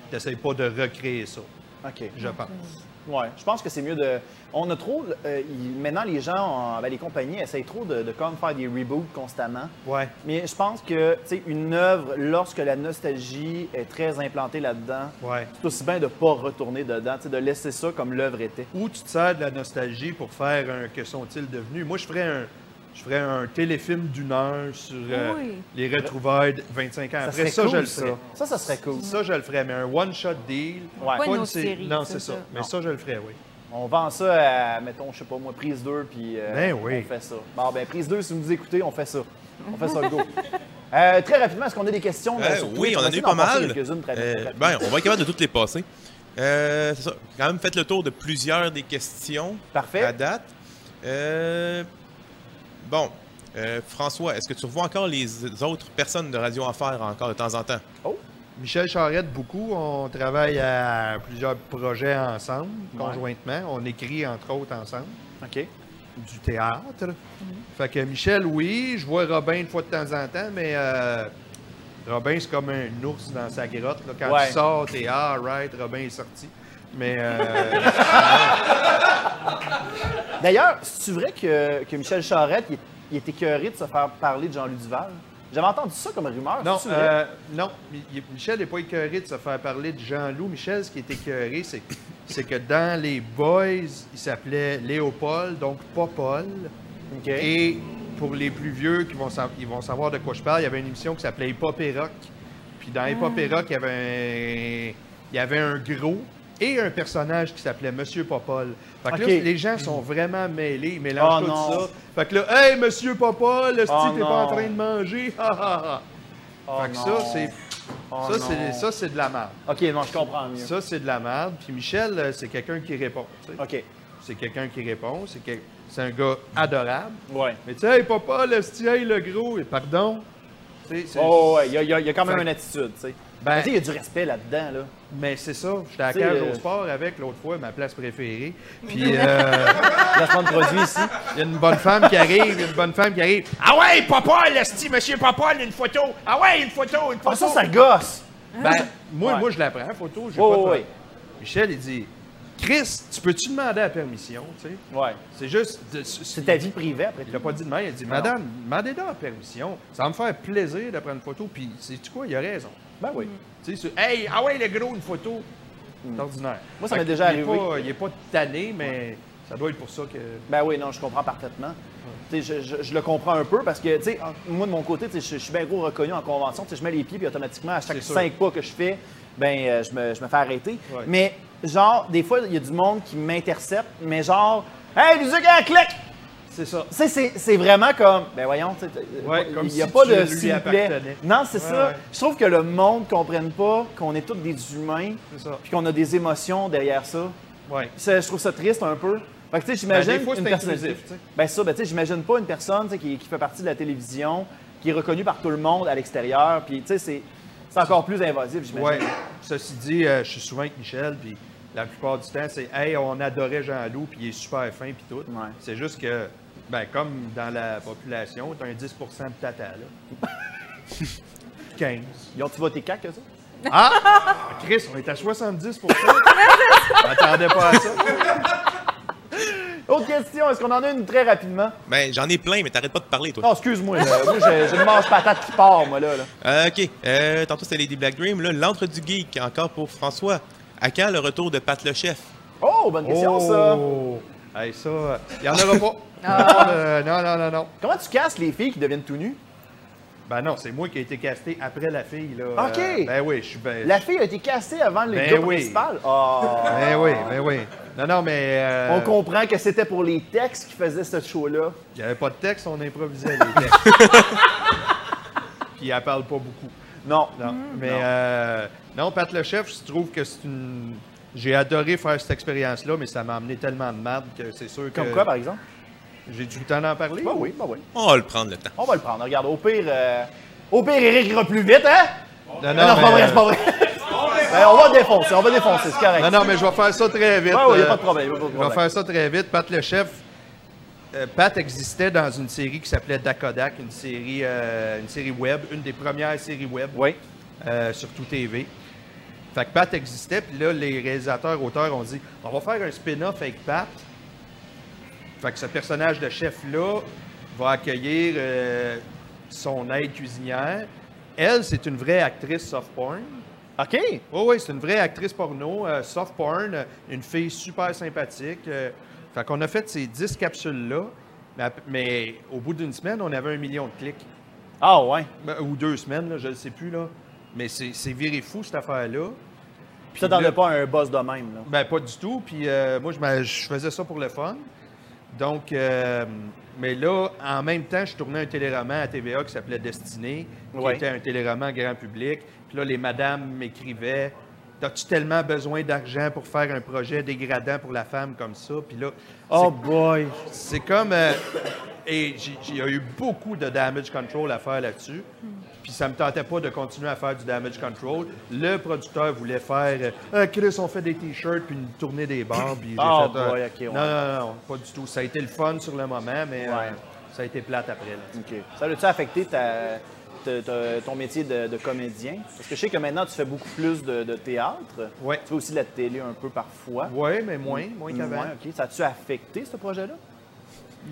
Speaker 5: t'essayes pas de recréer ça,
Speaker 2: OK.
Speaker 5: je pense.
Speaker 2: Ouais, je pense que c'est mieux de. On a trop. euh, il- maintenant, les gens, en- ben, les compagnies essayent trop de, de comme faire des reboots constamment.
Speaker 5: Ouais.
Speaker 2: Mais je pense que, tu sais, une œuvre, lorsque la nostalgie est très implantée là-dedans,
Speaker 5: Ouais.
Speaker 2: c'est aussi bien de ne pas retourner dedans, tu sais, de laisser ça comme l'œuvre était.
Speaker 5: Ou tu te sers de la nostalgie pour faire un Que sont-ils devenus? Moi, je ferais un, je ferais un téléfilm d'une heure sur euh,
Speaker 2: Oui.
Speaker 5: les retrouvailles de 25 ans.
Speaker 2: Ça
Speaker 5: Après
Speaker 2: serait
Speaker 5: ça,
Speaker 2: cool,
Speaker 5: je le
Speaker 2: ça.
Speaker 5: ferais.
Speaker 2: Ça, ça serait cool.
Speaker 5: Ça, je le ferais, mais un one-shot deal.
Speaker 2: Pas une autre
Speaker 5: sé-
Speaker 2: série,
Speaker 5: Non,
Speaker 2: c'est
Speaker 5: c'est ça.
Speaker 2: ça.
Speaker 5: Mais
Speaker 2: Non.
Speaker 5: ça, je le ferais, oui.
Speaker 2: On vend ça à, mettons, je sais pas moi, prise 2, puis euh,
Speaker 5: Ben oui.
Speaker 2: on fait ça. Bon, ben, prise 2, si vous nous écoutez, on fait ça. On fait ça, go. Euh, très rapidement, est-ce qu'on a des questions? euh,
Speaker 3: Euh,
Speaker 2: sur Twitch?
Speaker 3: oui, on en a
Speaker 2: essaie
Speaker 3: eu
Speaker 2: d'en
Speaker 3: pas
Speaker 2: passer
Speaker 3: mal.
Speaker 2: quelques-unes très-
Speaker 3: Euh,
Speaker 2: très-
Speaker 3: ben, on va être capable de toutes les passer. Euh, c'est ça. Quand même, faites le tour de plusieurs des questions à date. Euh, bon, Euh, François, est-ce que tu revois encore les autres personnes de Radio Enfer encore de temps en temps?
Speaker 2: Oh!
Speaker 5: Michel Charrette, beaucoup. On travaille à plusieurs projets ensemble,
Speaker 2: Ouais.
Speaker 5: conjointement. On écrit, entre autres, ensemble.
Speaker 2: OK.
Speaker 5: Du théâtre.
Speaker 2: Mm-hmm.
Speaker 5: Fait que Michel, oui. Je vois Robin une fois de temps en temps, mais euh, Robin, c'est comme un ours dans sa grotte. là. Quand
Speaker 2: Ouais.
Speaker 5: tu sors, t'es « Ah, right, Robin est sorti. » Mais... euh,
Speaker 2: D'ailleurs, c'est vrai que, que Michel Charette, il, il est écœuré de se faire parler de Jean-Luc Duval? J'avais entendu ça comme rumeur.
Speaker 5: Non,
Speaker 2: c'est vrai?
Speaker 5: euh, non. Mi- il- Michel n'est pas écœuré de se faire parler de Jean-Loup. Michel, ce qui est écœuré, c'est, c'est que dans les Boys, il s'appelait Léopold, donc pas Paul. Et pour les plus vieux qui vont, sa- ils vont savoir de quoi je parle, il y avait une émission qui s'appelait Hip Hop et Rock. Puis dans Hip Hop et
Speaker 2: Ah.
Speaker 5: Rock, il y avait un, il y avait un gros et un personnage qui s'appelait Monsieur Popol. Fait que là,
Speaker 2: Ok.
Speaker 5: les gens sont vraiment mêlés, ils mélangent
Speaker 2: Oh
Speaker 5: tout
Speaker 2: non.
Speaker 5: ça. Fait que là, hey, Monsieur Popol, le
Speaker 2: Oh
Speaker 5: style, t'es pas en
Speaker 2: non.
Speaker 5: train de manger, ha ha ha. Fait que
Speaker 2: non.
Speaker 5: ça, c'est.
Speaker 2: Oh
Speaker 5: ça,
Speaker 2: non.
Speaker 5: c'est, ça, c'est de la merde.
Speaker 2: OK, non, je comprends mieux.
Speaker 5: Ça, c'est de la merde. Puis Michel, euh, c'est quelqu'un qui répond. tu sais.
Speaker 2: OK.
Speaker 5: C'est quelqu'un qui répond. C'est, quel- c'est un gars adorable.
Speaker 2: Ouais.
Speaker 5: Mais tu sais, hey, papa, le style, hey, le gros, et pardon. Tu sais, c'est-
Speaker 2: Oh, ouais, il y, a- il y a- il y a quand même
Speaker 5: Fait-
Speaker 2: une attitude, tu sais.
Speaker 5: Ben-
Speaker 2: Mais tu sais, il y a du respect là-dedans, là.
Speaker 5: Mais c'est ça. J'étais à
Speaker 2: Tu sais,
Speaker 5: Cage
Speaker 2: euh,
Speaker 5: au sport avec l'autre fois, ma place préférée. Puis. euh,
Speaker 2: Placement de produit ici.
Speaker 5: Il y a une bonne femme qui arrive, il y a une bonne femme qui arrive. Ah ouais, papa, l'esti, monsieur papa, une photo. Ah ouais, une photo, une photo.
Speaker 2: Ah, ça, ça gosse!
Speaker 5: Ben, moi,
Speaker 2: Ouais.
Speaker 5: moi, je la prends, photo, j'ai
Speaker 2: Ouais,
Speaker 5: pas de
Speaker 2: ouais,
Speaker 5: problème.
Speaker 2: ouais.
Speaker 5: Michel, il dit, Chris, tu peux-tu demander la permission, tu sais?
Speaker 2: Ouais.
Speaker 5: C'est juste... de-
Speaker 2: C'est ta vie privée, après
Speaker 5: Il l'a pas dit de même, il a dit,
Speaker 2: Non.
Speaker 5: madame, demandez la permission. Ça va me faire plaisir de prendre une photo, puis sais-tu quoi, il a raison.
Speaker 2: Ben oui. Hmm.
Speaker 5: Tu sais, c'est, hey, ah ouais, le gros, une photo. C'est ordinaire.
Speaker 2: Moi, ça
Speaker 5: Fait
Speaker 2: m'est
Speaker 5: que
Speaker 2: déjà
Speaker 5: il est
Speaker 2: arrivé.
Speaker 5: pas- il est pas tanné, mais ça doit être pour ça que...
Speaker 2: Ben oui, non, je comprends parfaitement. Tu sais, Je, je- je le comprends un peu parce que, tu sais, en- moi, de mon côté, tu sais, je, je suis bien gros reconnu en convention. Tu sais, Je mets les pieds, puis automatiquement, à chaque
Speaker 5: C'est sûr.
Speaker 2: cinq pas que je fais, ben, euh, je, me, je me fais arrêter.
Speaker 5: Ouais.
Speaker 2: Mais, genre, des fois, il y a du monde qui m'intercepte, mais genre, Hey, musique à la claque!
Speaker 5: C'est ça.
Speaker 2: Tu sais, c'est- c'est vraiment comme, ben voyons, tu sais,
Speaker 5: Ouais,
Speaker 2: il
Speaker 5: comme
Speaker 2: n'y a
Speaker 5: si
Speaker 2: pas
Speaker 5: tu
Speaker 2: de
Speaker 5: lui
Speaker 2: s'il vous plaît.
Speaker 5: appartenais.
Speaker 2: Non, c'est
Speaker 5: Ouais,
Speaker 2: ça.
Speaker 5: ouais.
Speaker 2: Je trouve que le monde ne comprenne pas qu'on est tous des humains,
Speaker 5: C'est ça.
Speaker 2: puis qu'on a des émotions derrière ça.
Speaker 5: Ouais.
Speaker 2: Ça, je trouve ça triste un peu. Fait que, tu sais,
Speaker 5: Ben,
Speaker 2: j'imagine
Speaker 5: des fois, c'est
Speaker 2: une personne.
Speaker 5: intrusif, tu sais.
Speaker 2: Ben, ça, ben, tu sais, j'imagine pas une personne tu sais, qui, qui fait partie de la télévision, qui est reconnue par tout le monde à l'extérieur, puis, tu sais, c'est c'est encore plus invasif, j'imagine.
Speaker 5: Ouais. Ceci dit, euh, je suis souvent avec Michel, puis la plupart du temps, c'est Hey, on adorait Jean-Loup, puis il est super fin, puis tout.
Speaker 2: Ouais.
Speaker 5: C'est juste que, ben, comme dans la population, t'as un 10 de tata, là. 15.
Speaker 2: Ils ont-tu voté CAC, ça?
Speaker 5: Ah! Chris, on est à 70 Je m'attendais pas à ça.
Speaker 2: Autre question, est-ce qu'on en a une très rapidement?
Speaker 3: Ben, j'en ai plein, mais t'arrêtes pas de parler, toi.
Speaker 5: Oh,
Speaker 2: Non, excuse-moi, là. moi, j'ai j'ai une manche patate qui part, moi, là. là.
Speaker 3: Euh, ok, Euh, tantôt c'était Lady Black Dream, là, l'antre du geek, encore pour François. À quand le retour de Pat le chef?
Speaker 2: Oh, bonne question, ça!
Speaker 5: Oh! Hey, ça, euh, il y en aura pas. Non,
Speaker 2: Ah.
Speaker 5: euh, non, non, non, non.
Speaker 2: Comment tu casses les filles qui deviennent tout nues?
Speaker 5: Ben non, c'est moi qui ai été casté après la fille, là.
Speaker 2: OK.
Speaker 5: Euh, ben oui, je suis ben,
Speaker 2: La fille a été cassée avant le
Speaker 5: Ben
Speaker 2: gars
Speaker 5: oui.
Speaker 2: principal? Ah.
Speaker 5: Ben oui, ben oui. Non, non, mais. euh,
Speaker 2: On comprend que c'était pour les textes qui faisaient ce show-là.
Speaker 5: Il n'y avait pas de texte, on improvisait les textes. Puis elle parle pas beaucoup.
Speaker 2: Non.
Speaker 5: Non, mais euh, non, Pat le chef, je trouve que c'est une. J'ai adoré faire cette expérience-là, mais ça m'a amené tellement de marde que c'est sûr que.
Speaker 2: Comme quoi, par exemple?
Speaker 5: J'ai du temps d'en parler.
Speaker 2: Ben oui, ben oui.
Speaker 3: On va le prendre le temps.
Speaker 2: On va le prendre. Regarde, au pire, euh, au pire, Eric ira plus vite, hein?
Speaker 5: Non, non,
Speaker 2: Non, non, c'est pas vrai,
Speaker 5: mais, euh,
Speaker 2: c'est pas vrai. Ben, on va défoncer, on va défoncer, c'est correct.
Speaker 5: non, non, mais je vais faire ça très vite.
Speaker 2: Ouais, ouais, y a
Speaker 5: Euh,
Speaker 2: pas de problème, y a pas de
Speaker 5: Je
Speaker 2: problème.
Speaker 5: vais faire ça très vite. Pat le chef. euh, Pat existait dans une série qui s'appelait Dakodak, une série, euh, une série web, une des premières séries web.
Speaker 2: Oui.
Speaker 5: euh, sur tout TV. Fait que Pat existait, puis là, les réalisateurs, auteurs ont dit on va faire un spin-off avec Pat. Fait que ce personnage de chef-là va accueillir euh, son aide cuisinière. Elle, c'est une vraie actrice soft porn.
Speaker 2: OK.
Speaker 5: Oui, oui, c'est une vraie actrice porno, euh, soft porn, euh, une fille super sympathique. euh. fait qu'on a fait ces 10 capsules-là, mais, ap- mais au bout d'une semaine, on avait un million de clics.
Speaker 2: Ah, ouais.
Speaker 5: Ben, ou deux semaines, là, je ne sais plus. Là. Mais c'est c'est viré fou, cette affaire-là.
Speaker 2: Puis t'attendais
Speaker 5: là-
Speaker 2: pas à un boss de même, là.
Speaker 5: Ben, pas du tout. Puis euh, moi, je, m'a- je faisais ça pour le fun. Donc, euh, mais là, en même temps, je tournais un téléroman à TVA qui s'appelait Destinée, qui
Speaker 2: Ouais.
Speaker 5: était un téléroman grand public. Puis là, les madames m'écrivaient T'as-tu tellement besoin d'argent pour faire un projet dégradant pour la femme comme ça? Puis là.
Speaker 2: Oh
Speaker 5: c'est-
Speaker 2: boy!
Speaker 5: C'est comme. euh, et j'ai- j'ai- il y a eu beaucoup de damage control à faire là-dessus. Puis ça me tentait pas de continuer à faire du damage control. Le producteur voulait faire. euh, Ah, Chris, on fait des t-shirts puis une tournée des bars. Puis j'ai
Speaker 2: Oh
Speaker 5: fait, euh,
Speaker 2: boy, ok, ouais.
Speaker 5: Non, non, non, pas du tout. Ça a été le fun sur le moment, mais euh,
Speaker 2: Ouais.
Speaker 5: ça a été plate après. là.
Speaker 2: OK. Ça a-tu affecté ta- ta- ta- ton métier de, de comédien? Parce que je sais que maintenant, tu fais beaucoup plus de, de théâtre. Tu fais aussi de la télé un peu parfois.
Speaker 5: Oui, mais moins, moins qu'avant.
Speaker 2: OK. Ça a-tu affecté ce projet-là?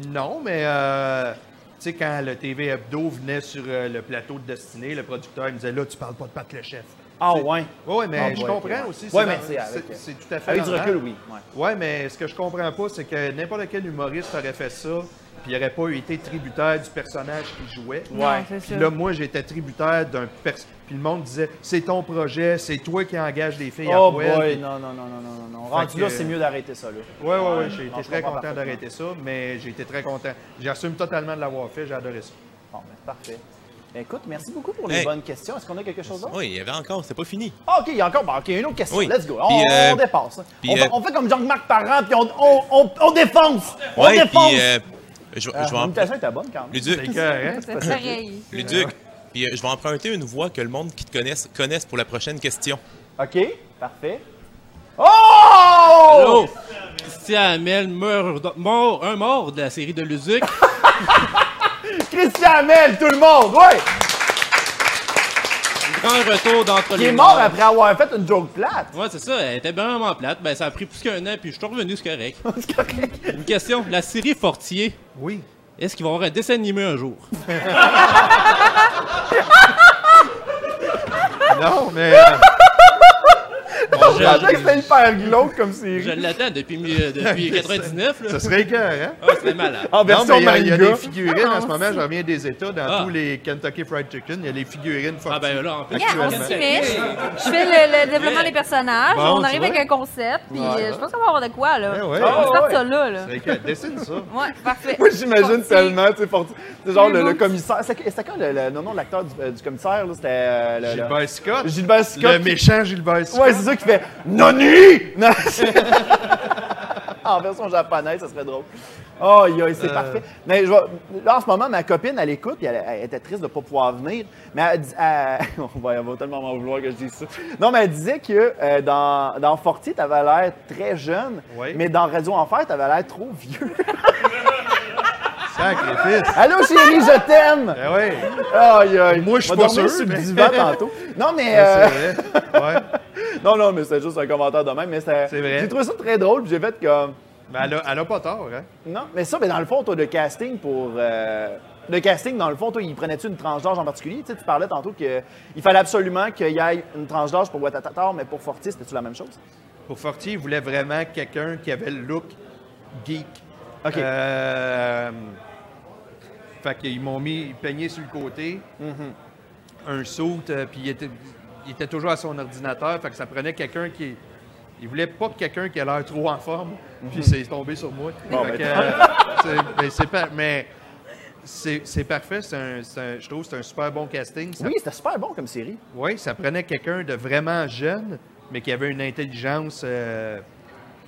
Speaker 5: Non, mais euh, tu sais, quand le TV Hebdo venait sur euh, le plateau de Destinée, le producteur il me disait Là, tu parles pas de Pat le chef.
Speaker 2: Ah,
Speaker 5: Tu sais,
Speaker 2: ouais.
Speaker 5: Ouais, mais
Speaker 2: Ah,
Speaker 5: je
Speaker 2: ouais,
Speaker 5: comprends
Speaker 2: ouais.
Speaker 5: aussi.
Speaker 2: Ouais,
Speaker 5: c'est
Speaker 2: mais
Speaker 5: dans-
Speaker 2: c'est avec- euh,
Speaker 5: c'est- c'est tout à fait.
Speaker 2: avec du
Speaker 5: normal.
Speaker 2: recul, oui, ouais.
Speaker 5: Ouais, mais ce que je comprends pas, c'est que n'importe quel humoriste aurait fait ça, puis il aurait pas été tributaire du personnage qu'il jouait.
Speaker 2: Non, c'est
Speaker 5: Puis
Speaker 2: ça.
Speaker 5: là, moi, j'étais tributaire d'un pers- Puis le monde disait C'est ton projet, c'est toi qui engages des filles à
Speaker 2: oh
Speaker 5: poil.
Speaker 2: boy!
Speaker 5: Puis-
Speaker 2: Non, non, non, non, non, non.
Speaker 5: Fait
Speaker 2: Rendu
Speaker 5: que-
Speaker 2: là, c'est mieux d'arrêter ça, là.
Speaker 5: oui, oui, oui. J'ai
Speaker 2: non,
Speaker 5: été
Speaker 2: je
Speaker 5: très
Speaker 2: comprends
Speaker 5: content
Speaker 2: parfaitement.
Speaker 5: d'arrêter ça, mais j'ai été très content. J'assume totalement de l'avoir fait. J'ai adoré ça.
Speaker 2: Bon, ben, parfait. Ben, écoute, merci beaucoup pour les
Speaker 5: Hey.
Speaker 2: bonnes questions. Est-ce qu'on a quelque chose d'autre?
Speaker 3: Oui, il y avait encore, c'est pas fini.
Speaker 2: Ah, OK, il y a encore ben, OK, une autre question.
Speaker 3: Oui.
Speaker 2: Let's go. On,
Speaker 3: Puis, euh,
Speaker 2: on dépasse. hein.
Speaker 3: puis,
Speaker 2: on, fait-
Speaker 3: euh,
Speaker 2: on fait comme Jean-Marc Parent, puis on, on, on, on défonce. on
Speaker 3: Ouais,
Speaker 2: défonce.
Speaker 3: puis euh, je,
Speaker 2: Euh,
Speaker 3: je vais en-
Speaker 2: L'imitation était bonne quand même.
Speaker 3: Luduc.
Speaker 9: C'est pareil.
Speaker 3: Luduc, puis euh, je vais emprunter une voix que le monde qui te connaisse connaisse pour la prochaine question.
Speaker 2: OK, parfait. Oh!
Speaker 7: Allô? Christian Hamel meurt, de- mort, un mort de la série de Luduc.
Speaker 2: Christian Hamel, tout le monde, ouais!
Speaker 7: Grand retour d'entre
Speaker 2: Il
Speaker 7: les
Speaker 2: est mort
Speaker 7: morts.
Speaker 2: après avoir fait une joke plate.
Speaker 7: Ouais, c'est ça. Elle était vraiment plate. Ben, ça a pris plus qu'un an, puis je suis revenu, c'est correct. Une question. La série Fortier.
Speaker 5: Oui.
Speaker 7: Est-ce qu'il va y avoir un dessin animé un jour?
Speaker 5: non, mais... euh,
Speaker 2: je pensais que c'était hyper glauque comme série.
Speaker 7: Je l'attends depuis, euh, depuis 99. Là.
Speaker 5: Ça serait écœurant.
Speaker 7: Ah, c'est malade.
Speaker 5: Non, mais il y a- il y a des figurines en ce moment. Je reviens des États. Dans
Speaker 7: Ah.
Speaker 5: tous les Kentucky Fried Chicken, il y a les figurines fortes. Ah,
Speaker 7: ben là, en
Speaker 9: Regarde, on s'y met. Je fais le, le développement des personnages.
Speaker 5: Bon,
Speaker 9: on
Speaker 5: tu
Speaker 9: arrive
Speaker 5: vois.
Speaker 9: avec un concept. Puis
Speaker 5: Ouais.
Speaker 9: euh, je pense qu'on va avoir de quoi, là.
Speaker 5: Eh ouais.
Speaker 9: On
Speaker 5: Ah,
Speaker 9: se part
Speaker 5: ouais.
Speaker 9: ça là, là.
Speaker 5: Dessine ça.
Speaker 9: Ouais, parfait.
Speaker 2: Moi, j'imagine tellement, tu sais, Forti- c'est genre le, le
Speaker 9: Raymond.
Speaker 2: commissaire. C'était c'était quoi le, le- le nom de l'acteur du, euh, du commissaire, là? C'était. euh, le- le-
Speaker 5: Gilbert Scott.
Speaker 2: Gilbert Scott.
Speaker 5: Le
Speaker 2: qui-
Speaker 5: méchant Gilbert Scott.
Speaker 2: Ouais, c'est ça qui fait Noni! Non, c'est- en version japonaise, ça serait drôle. Oh, c'est
Speaker 5: Euh.
Speaker 2: parfait. Mais je vais- là, en ce moment, ma copine, elle écoute, puis elle, elle était triste de ne pas pouvoir venir. Mais elle, dit- elle- on va, elle va tellement m'en vouloir que je dise ça. Non, mais elle disait que euh, dans, dans Fortier, tu avais l'air très jeune,
Speaker 5: Ouais.
Speaker 2: mais dans Radio Enfer, tu avais l'air trop vieux.
Speaker 5: Sacrifice.
Speaker 2: Allô, chérie, je t'aime!
Speaker 5: Ben oui.
Speaker 2: Euh. Aïe, aïe.
Speaker 5: Moi, je suis
Speaker 2: On va
Speaker 5: pas
Speaker 2: dormir
Speaker 5: sûr,
Speaker 2: sur le
Speaker 5: mais-
Speaker 2: divan tantôt. Non, mais. euh,
Speaker 5: Ouais, c'est vrai. Ouais.
Speaker 2: non, non, mais c'était juste un commentaire de même. Mais c'était-
Speaker 5: vrai.
Speaker 2: J'ai trouvé ça très drôle, puis j'ai fait comme.
Speaker 5: Mais elle a, elle a pas tort, hein?
Speaker 2: Non, mais ça, mais dans le fond, toi, le casting pour. euh, Le casting, dans le fond, toi, il prenait-tu une tranche d'âge en particulier? Tu, sais, tu parlais tantôt qu'il fallait absolument qu'il y ait une tranche d'âge pour Watatata, mais pour Fortis, c'était-tu la même chose?
Speaker 5: Pour Fortier, il voulait vraiment quelqu'un qui avait le look geek.
Speaker 2: OK.
Speaker 5: Euh, fait qu'ils m'ont mis peigné sur le côté,
Speaker 2: Mm-hmm.
Speaker 5: un saut, puis il était, il était toujours à son ordinateur. Fait que ça prenait quelqu'un qui. Il voulait pas quelqu'un qui a l'air trop en forme, puis c'est tombé sur moi.
Speaker 2: Mm-hmm. Bon,
Speaker 5: Fait
Speaker 2: ben,
Speaker 5: que,
Speaker 2: tant-
Speaker 5: euh, c'est- ben, c'est par- mais c'est c'est parfait. c'est un- c'est un- je trouve que c'est un super bon casting. Ça
Speaker 2: Oui, c'était super bon comme série.
Speaker 5: oui, ça prenait quelqu'un de vraiment jeune, mais qui avait une intelligence, euh,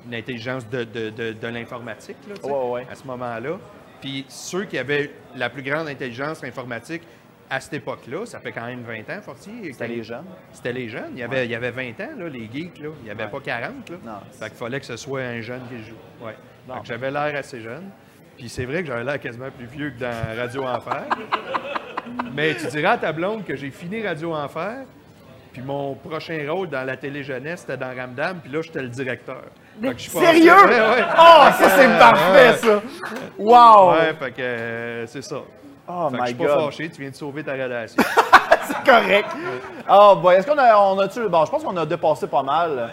Speaker 5: une intelligence de, de- de- de l'informatique là, tu sais,
Speaker 2: Ouais, ouais.
Speaker 5: à ce moment-là. Puis ceux qui avaient la plus grande intelligence informatique à cette époque-là, ça fait quand même 20 ans, Fortier.
Speaker 2: C'était les jeunes.
Speaker 5: C'était les jeunes. Il y avait, il y avait 20 ans, là, les geeks. Là. Il n'y avait
Speaker 2: Ouais.
Speaker 5: pas 40. Là.
Speaker 2: Non,
Speaker 5: fait qu'il fallait que ce soit un jeune qui joue. Ouais.
Speaker 2: Bon.
Speaker 5: Fait que j'avais l'air assez jeune. Puis c'est vrai que j'avais l'air quasiment plus vieux que dans Radio Enfer. Mais tu diras à ta blonde que j'ai fini Radio Enfer, puis mon prochain rôle dans la télé-jeunesse, c'était dans Ramdam, puis là, j'étais le directeur. Fait que je suis passé-
Speaker 2: Sérieux?
Speaker 5: Ouais, ouais.
Speaker 2: Oh,
Speaker 5: Fait
Speaker 2: ça,
Speaker 5: que,
Speaker 2: c'est
Speaker 5: euh,
Speaker 2: parfait,
Speaker 5: ouais.
Speaker 2: ça! Wow!
Speaker 5: Ouais, fait que euh, c'est ça.
Speaker 2: Oh
Speaker 5: fait que je
Speaker 2: my
Speaker 5: suis pas
Speaker 2: God.
Speaker 5: fâché, tu viens de sauver ta relation.
Speaker 2: C'est correct. Ah, boy, est-ce qu'on a, on a tu Bon, je pense qu'on a dépassé pas mal.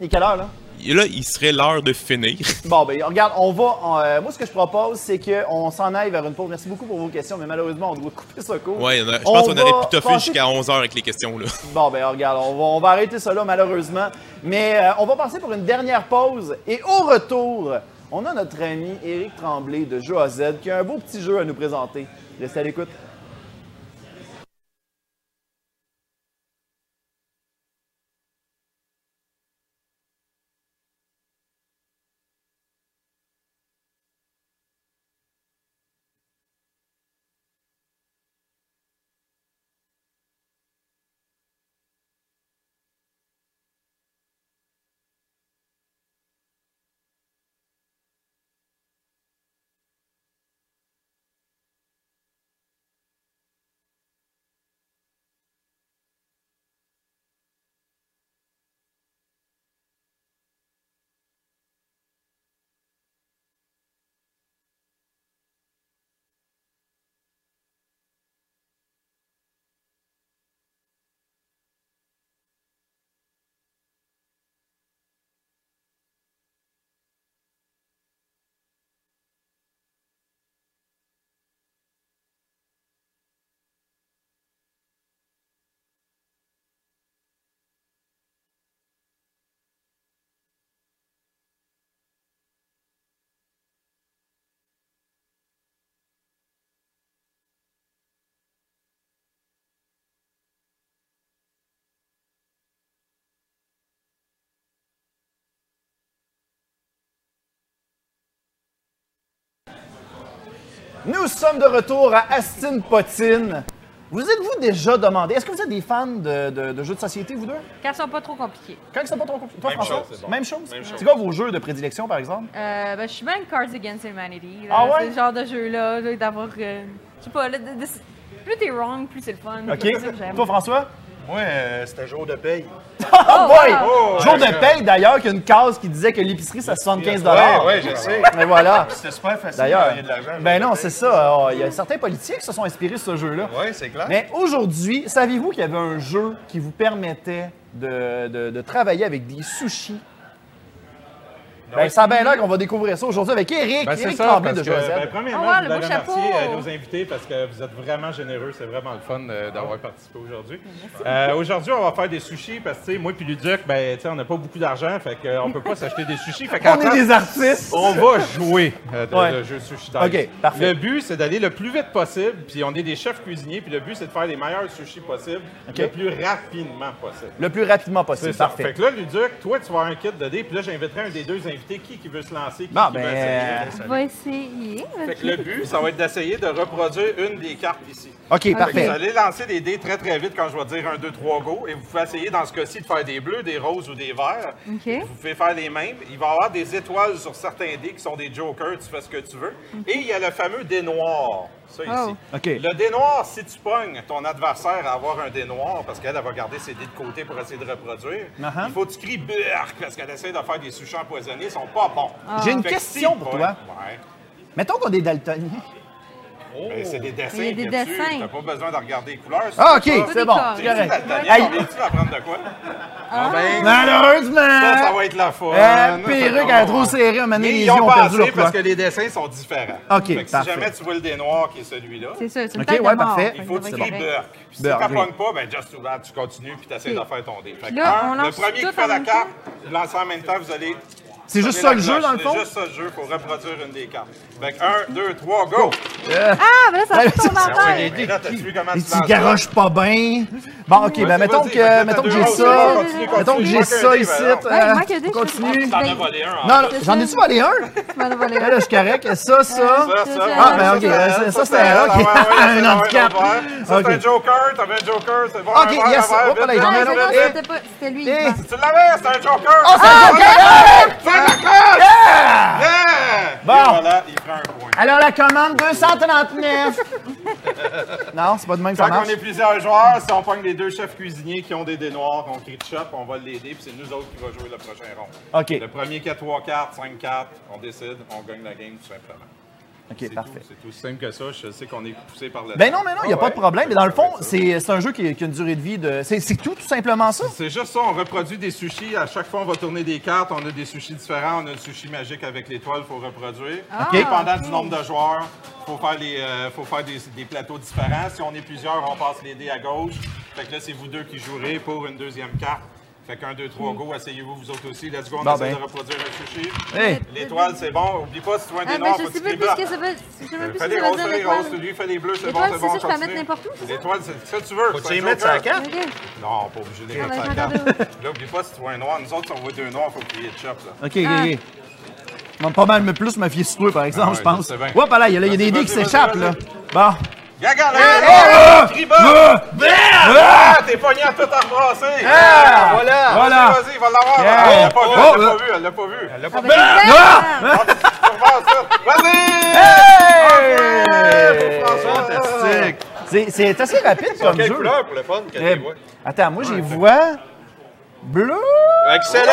Speaker 2: Il est quelle heure, là?
Speaker 3: Et là, il serait l'heure de finir.
Speaker 2: Bon, ben regarde, on va. on, euh, moi, ce que je propose, c'est qu'on s'en aille vers une pause. Merci beaucoup pour vos questions, mais malheureusement, on doit couper ce cours.
Speaker 3: Ouais, on a- je pense qu'on
Speaker 2: va
Speaker 3: aurait pu toffer
Speaker 2: passer-
Speaker 3: jusqu'à 11h avec les questions, là.
Speaker 2: Bon, ben regarde, on va, on va arrêter ça là, malheureusement. Mais euh, on va passer pour une dernière pause. Et au retour, on a notre ami Éric Tremblay de Jeu à Z qui a un beau petit jeu à nous présenter. Restez à l'écoute. Nous sommes de retour à Astin Potine. Vous êtes-vous déjà demandé, est-ce que vous êtes des fans de, de- de jeux de société, vous deux?
Speaker 4: Quand ils sont pas trop compliqués.
Speaker 2: Quand ils sont pas trop compliqués. Toi, François? Même chose?
Speaker 4: Même chose.
Speaker 2: C'est quoi vos jeux de prédilection, par exemple?
Speaker 4: Euh, ben, je suis bien Cards Against Humanity. là.
Speaker 2: Ah ouais?
Speaker 4: C'est le genre de jeu-là, là, d'avoir. euh, je sais pas, là, de- de- plus t'es wrong, plus c'est le fun. C'est ça que j'aime.
Speaker 2: OK. Toi, François?
Speaker 12: Moi, euh, c'était jour de paye.
Speaker 2: Oh, boy!
Speaker 12: wow.
Speaker 2: Jour
Speaker 12: Ouais,
Speaker 2: de paye, d'ailleurs, qu'il y a une case qui disait que l'épicerie, ça 75
Speaker 12: Ouais, ouais, je sais.
Speaker 2: Mais voilà.
Speaker 12: C'était super facile de
Speaker 2: D'ailleurs.
Speaker 12: gagner de l'argent.
Speaker 2: Ben non, c'est ça. Oh, Il y a certains politiques qui se sont inspirés de ce jeu-là.
Speaker 12: Oui, c'est clair.
Speaker 2: Mais aujourd'hui, saviez-vous qu'il y avait un jeu qui vous permettait de, de- de travailler avec des sushis? Ben, ça a bien l'air qu'on va découvrir ça aujourd'hui avec Eric.
Speaker 13: Ben,
Speaker 2: Eric
Speaker 13: c'est ça,
Speaker 2: Tremblay
Speaker 13: parce
Speaker 2: de
Speaker 13: que,
Speaker 2: Josette.
Speaker 13: ben, premièrement,
Speaker 4: Oh, wow,
Speaker 13: je
Speaker 4: le
Speaker 13: voudrais
Speaker 4: beau chapeau.
Speaker 13: remercier euh, nos invités parce que vous êtes vraiment généreux. C'est vraiment le fun euh, d'avoir participé aujourd'hui. Euh, aujourd'hui, on va faire des sushis parce que, tu sais, moi puis Luduc, ben, tu sais, on n'a pas beaucoup d'argent, fait qu'on peut pas s'acheter des sushis. Fait qu'en
Speaker 2: On est
Speaker 13: fait,
Speaker 2: des artistes.
Speaker 13: On va jouer euh, de,
Speaker 2: Ouais.
Speaker 13: de jeux sushi dice.
Speaker 2: OK,
Speaker 13: Le
Speaker 2: parfait.
Speaker 13: but, c'est d'aller le plus vite possible, puis on est des chefs cuisiniers, puis le but, c'est de faire les meilleurs sushis possibles
Speaker 2: OK.
Speaker 13: le plus rapidement possible.
Speaker 2: Le plus rapidement
Speaker 13: C'est
Speaker 2: possible.
Speaker 13: ça.
Speaker 2: Parfait.
Speaker 13: Fait que là, Luduc, toi, tu vas avoir un kit de dés, puis là, j'inviterai un des deux invités. Qui qui veut se lancer? Qui,
Speaker 2: Bon,
Speaker 13: qui
Speaker 2: ben, euh,
Speaker 13: veut
Speaker 4: On
Speaker 13: essayer?
Speaker 4: va essayer.
Speaker 13: Fait que le but, ça va être d'essayer de reproduire une des cartes ici.
Speaker 2: OK,
Speaker 13: Fait que
Speaker 2: parfait.
Speaker 13: Vous allez lancer des dés très très vite quand je vais dire 1, 2, 3, go. Et vous pouvez essayer dans ce cas-ci de faire des bleus, des roses ou des verts.
Speaker 4: OK.
Speaker 13: Vous pouvez faire les mêmes. Il va y avoir des étoiles sur certains dés qui sont des jokers, tu fais ce que tu veux. Et il y a le fameux dé noir, ça ici.
Speaker 2: Oh. OK.
Speaker 13: Le dé noir, si tu pognes ton adversaire à avoir un dé noir, parce qu'elle elle va garder ses dés de côté pour essayer de reproduire,
Speaker 2: Uh-huh.
Speaker 13: il faut que tu cries burk parce qu'elle essaie de faire des sushis empoisonnés, ils sont pas bons.
Speaker 2: Ah. J'ai une
Speaker 13: Fait que
Speaker 2: question
Speaker 13: si tu
Speaker 2: pour
Speaker 13: pognes-
Speaker 2: toi.
Speaker 13: Ouais.
Speaker 2: Mettons qu'on est daltonien.
Speaker 13: Ben, c'est des dessins.
Speaker 2: Il y a des
Speaker 13: qu'il y a dessus.
Speaker 2: dessins.
Speaker 13: T'as pas besoin de regarder les couleurs.
Speaker 2: Ah, ok, c'est bon,
Speaker 13: Tu
Speaker 2: c'est correct. Hey.
Speaker 13: tu apprendre de quoi? Ah, ben,
Speaker 2: Malheureusement!
Speaker 13: Ça, ça va être la fun.
Speaker 2: Euh, perruque, elle est trop serrée, à un moment donné,
Speaker 13: Mais
Speaker 2: les
Speaker 13: ils
Speaker 2: yeux
Speaker 13: ont
Speaker 2: ont
Speaker 13: pas
Speaker 2: perdu
Speaker 13: assez
Speaker 2: leur
Speaker 13: parce que
Speaker 2: couleur.
Speaker 13: les dessins sont différents.
Speaker 2: Ok,
Speaker 13: Fait que si
Speaker 2: parfait.
Speaker 13: jamais tu vois le dé noir qui est celui-là.
Speaker 4: C'est ça, c'est une
Speaker 2: Ok,
Speaker 4: tête de
Speaker 2: ouais,
Speaker 4: mort.
Speaker 2: parfait.
Speaker 13: Il faut que tu
Speaker 2: C'est
Speaker 13: cries
Speaker 2: bon.
Speaker 13: Burk. Puis si tu
Speaker 2: Burk, oui.
Speaker 13: ne pas, ben just too bad, tu continues puis tu essaies
Speaker 4: Ok.
Speaker 13: de faire ton dé. Fait
Speaker 4: Puis
Speaker 13: que,
Speaker 4: là, on
Speaker 13: un, le
Speaker 4: lance
Speaker 13: premier
Speaker 4: tout
Speaker 13: qui fait
Speaker 4: en
Speaker 13: la
Speaker 4: même
Speaker 13: carte, vous lancez en même temps, vous allez.
Speaker 2: C'est juste
Speaker 13: sonner
Speaker 2: ça, le
Speaker 13: la
Speaker 2: jeu,
Speaker 13: cloche.
Speaker 2: dans le fond?
Speaker 13: C'est juste ça le jeu pour reproduire une des cartes. Fait que 1, 2, 3, go!
Speaker 4: Ah, ben là, ça tombe en terre.
Speaker 13: Ouais, mais là, t'as-tu vu comment
Speaker 2: Et
Speaker 13: tu
Speaker 2: tu
Speaker 13: lances ça?
Speaker 2: garoches pas bien. Bon, OK,
Speaker 13: Vas-y,
Speaker 2: ben mettons
Speaker 13: vas-y, fait que là,
Speaker 2: que, mettons
Speaker 13: t'as
Speaker 2: que
Speaker 13: deux
Speaker 2: j'ai
Speaker 13: roses,
Speaker 2: ça.
Speaker 13: vas-y, vas-y,
Speaker 2: Mettons que
Speaker 13: continue,
Speaker 2: j'ai
Speaker 13: manque un
Speaker 2: ça
Speaker 13: dé,
Speaker 2: ici.
Speaker 13: ben non.
Speaker 2: euh,
Speaker 13: Ouais, il
Speaker 4: manque un dé, je
Speaker 2: continue.
Speaker 4: pense. T'en as
Speaker 13: volé un, en
Speaker 2: Non, non,
Speaker 4: fait.
Speaker 2: j'en ai-tu volé un?
Speaker 4: Tu m'en as volé
Speaker 2: Là,
Speaker 4: un.
Speaker 2: je suis correct. Ça,
Speaker 13: Ça,
Speaker 2: ça.
Speaker 13: ça.
Speaker 2: Ah, ben OK, euh, ça, ça, c'était
Speaker 13: Ah, ouais,
Speaker 2: OK.
Speaker 13: ouais, ça, c'est
Speaker 2: Un handicap.
Speaker 13: un vert. Ça, c'est un
Speaker 2: OK.
Speaker 13: joker, t'avais un joker, c'est bon.
Speaker 2: Ok,
Speaker 13: un vert,
Speaker 2: yes,
Speaker 13: un vert,
Speaker 2: hop,
Speaker 13: vite,
Speaker 2: là, j'en ai
Speaker 13: vite,
Speaker 2: un
Speaker 13: vite,
Speaker 2: autre.
Speaker 13: vite.
Speaker 2: C'était
Speaker 4: pas- C'était lui. Ah,
Speaker 2: Eh.
Speaker 4: Yvan.
Speaker 13: Tu l'avais, c'est un joker! Ah,
Speaker 2: Oh, c'est un joker!
Speaker 13: C'est un joker! Yeah!
Speaker 2: Bon.
Speaker 13: Et voilà, il prend un point.
Speaker 2: Alors, la commande 239. Non, c'est pas de même que ça
Speaker 13: Quand
Speaker 2: marche.
Speaker 13: on est plusieurs joueurs, si on pogne les deux chefs cuisiniers qui ont des dés noirs, on crie de shop, on va l'aider, puis c'est nous autres qui va jouer le prochain round.
Speaker 2: OK.
Speaker 13: Le premier qui a trois cartes, cinq cartes, on décide, on gagne la game tout simplement.
Speaker 2: OK,
Speaker 13: C'est
Speaker 2: parfait.
Speaker 13: tout, C'est aussi simple que ça, je sais qu'on est poussé par le
Speaker 2: Ben
Speaker 13: temps.
Speaker 2: non, mais non,
Speaker 13: Ah
Speaker 2: il n'y a pas de
Speaker 13: ouais.
Speaker 2: problème. Mais dans le fond, c'est c'est un jeu qui, qui a une durée de vie de. C'est c'est tout, tout simplement ça.
Speaker 13: C'est juste ça, on reproduit des sushis. À chaque fois, on va tourner des cartes. On a des sushis différents. On a le sushi magique avec l'étoile, il faut reproduire.
Speaker 2: Ah,
Speaker 13: Dépendant
Speaker 2: ok.
Speaker 13: du nombre de joueurs, il faut faire, les, euh, faut faire des, des plateaux différents. Si on est plusieurs, on passe les dés à gauche. Fait que là, c'est vous deux qui jouerez pour une deuxième carte. Fait qu'un, deux,
Speaker 4: Mm.
Speaker 13: trois, go, essayez-vous vous autres aussi. Let's go, on
Speaker 2: Bon,
Speaker 13: essaie
Speaker 2: ben.
Speaker 13: de reproduire un sushi.
Speaker 2: Hey.
Speaker 13: L'étoile, c'est bon. Oublie pas, si tu vois un
Speaker 4: Ah,
Speaker 13: des
Speaker 4: ben,
Speaker 13: noirs,
Speaker 4: je
Speaker 13: faut
Speaker 4: sais
Speaker 13: que
Speaker 4: plus
Speaker 13: tu
Speaker 4: ce
Speaker 13: les
Speaker 4: que ça veut. Je sais même plus ce
Speaker 13: Fais
Speaker 4: que
Speaker 13: les
Speaker 4: ça veut
Speaker 13: roses,
Speaker 4: dire
Speaker 13: fais les
Speaker 4: l'étoile.
Speaker 13: roses, c'est lui, fais les bleus, c'est bon,
Speaker 4: L'étoile,
Speaker 13: c'est
Speaker 4: c'est
Speaker 13: bon,
Speaker 4: ça, je peux la
Speaker 13: continue.
Speaker 4: mettre n'importe où, c'est ça?
Speaker 13: L'étoile, c'est ça que tu veux.
Speaker 12: Faut-tu
Speaker 13: c'est
Speaker 12: y
Speaker 13: un
Speaker 12: mettre sur la
Speaker 13: joker.
Speaker 12: carte?
Speaker 4: Ah,
Speaker 13: Non, pas obligé de les
Speaker 4: ben,
Speaker 12: Ok.
Speaker 13: mettre sur la carte. Là, oublie pas, si tu vois un noir, nous autres, si on voit deux noirs, faut crier de chop, là.
Speaker 2: OK, OK, OK. Je vais pas mal me plus me fier sur toi, par exemple,
Speaker 13: Ah ouais,
Speaker 2: je pense.
Speaker 13: je sais bien. Ah,
Speaker 2: Hop, là, il y a, il y a des dés
Speaker 13: Vas-y,
Speaker 2: qui
Speaker 13: vas-y,
Speaker 2: s'échappent, là.
Speaker 13: vas-y,
Speaker 2: Bon.
Speaker 13: Gaga, là,
Speaker 2: Eh,
Speaker 13: là,
Speaker 2: eh,
Speaker 13: crie
Speaker 2: eh,
Speaker 13: bas.
Speaker 2: eh,
Speaker 13: Merde!
Speaker 2: eh,
Speaker 13: Ah, T'es pogné à tout embrasser!
Speaker 2: Ah,
Speaker 13: Voilà!
Speaker 2: voilà.
Speaker 13: Vas-y, vas-y, va l'avoir!
Speaker 2: Yeah.
Speaker 13: Elle l'a pas vu,
Speaker 2: Oh,
Speaker 13: elle l'a
Speaker 2: oh.
Speaker 13: pas vu, elle l'a pas vu! Elle l'a
Speaker 4: ben,
Speaker 13: pas vu!
Speaker 2: Ah!
Speaker 13: Vas-y! Bravo, François.
Speaker 2: Fantastique. C'est- C'est assez rapide
Speaker 12: Sur
Speaker 2: comme
Speaker 12: quelle
Speaker 2: jeu.
Speaker 12: couleur pour le fun que
Speaker 2: Eh,
Speaker 12: tu vois?
Speaker 2: Attends, moi, j'y vois bleu.
Speaker 13: Excellent!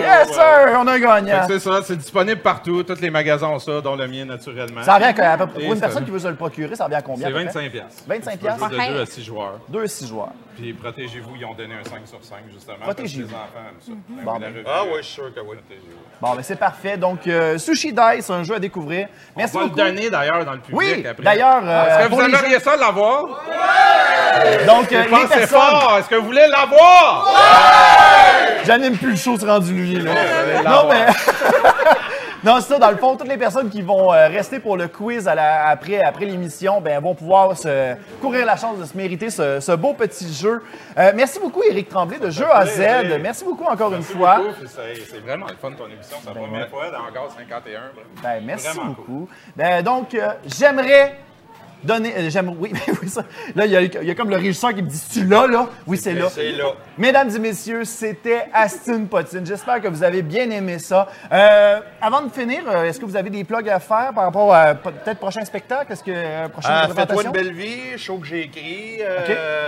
Speaker 2: Yes, sir! On a un
Speaker 13: Fait
Speaker 2: gagnant.
Speaker 13: que C'est ça, c'est disponible partout. Tous les magasins ont ça, dont le mien, naturellement.
Speaker 2: Ça revient à, peu près- pour
Speaker 13: Et
Speaker 2: une
Speaker 13: ça-
Speaker 2: personne qui veut se le procurer, ça revient à combien?
Speaker 13: C'est
Speaker 2: à peu près?
Speaker 13: 25 piastres.
Speaker 2: 25
Speaker 13: Tu peux jouer
Speaker 2: piastres.
Speaker 13: De 2 à 6 joueurs.
Speaker 2: 2 à 6 joueurs.
Speaker 13: Puis protégez-vous, ils ont donné un 5 sur 5, justement.
Speaker 2: Protégez-vous.
Speaker 13: parce que les enfants aiment ça.
Speaker 2: Bon,
Speaker 13: Ben,
Speaker 2: ben.
Speaker 13: la revue,
Speaker 12: Ah oui,
Speaker 13: euh,
Speaker 12: je suis sûr que oui.
Speaker 2: Bon, ben c'est parfait. Donc, euh, Sushi Dice, un jeu à découvrir. Merci
Speaker 13: On va
Speaker 2: beaucoup.
Speaker 13: le donner d'ailleurs dans le public
Speaker 2: Oui,
Speaker 13: après.
Speaker 2: d'ailleurs, euh,
Speaker 13: Est-ce que
Speaker 2: pour
Speaker 13: vous
Speaker 2: les
Speaker 13: aimeriez ça l'avoir?
Speaker 2: Donc, euh, les
Speaker 13: Pensez
Speaker 2: personnes-
Speaker 13: fort. Est-ce que vous voulez l'avoir?
Speaker 2: J'anime plus le show c'est rendu lui, là.
Speaker 13: Ouais, ouais,
Speaker 2: non,
Speaker 13: ouais.
Speaker 2: mais... Non, c'est ça. Dans le fond, toutes les personnes qui vont euh, rester pour le quiz à la- après, après l'émission ben, vont pouvoir se courir la chance de se mériter ce, ce beau petit jeu. Euh, merci beaucoup, Éric Tremblay, de Jeu à Z.
Speaker 13: plaisir.
Speaker 2: Merci beaucoup encore
Speaker 13: Merci
Speaker 2: une fois.
Speaker 13: beaucoup, puis C'est c'est vraiment le fun de ton émission. C'est la première fois dans Encore 51. bref.
Speaker 2: Ben, merci
Speaker 13: Vraiment cool.
Speaker 2: beaucoup. Ben, donc, euh, j'aimerais donner. euh, j'aimerais- oui, ben oui, ça. Là, il y, a- il y a comme le régisseur qui me dit Tu là, là Oui, c'est là.
Speaker 13: C'est là.
Speaker 2: Mesdames et messieurs, c'était Astine Potine. J'espère que vous avez bien aimé ça. Euh, avant de finir, euh, est-ce que vous avez des plugs à faire par rapport à peut- peut-être prochain spectacle Est-ce que euh, prochaine
Speaker 5: Ah,
Speaker 2: représentation?
Speaker 5: Fais-toi une belle vie, show que j'ai écrit.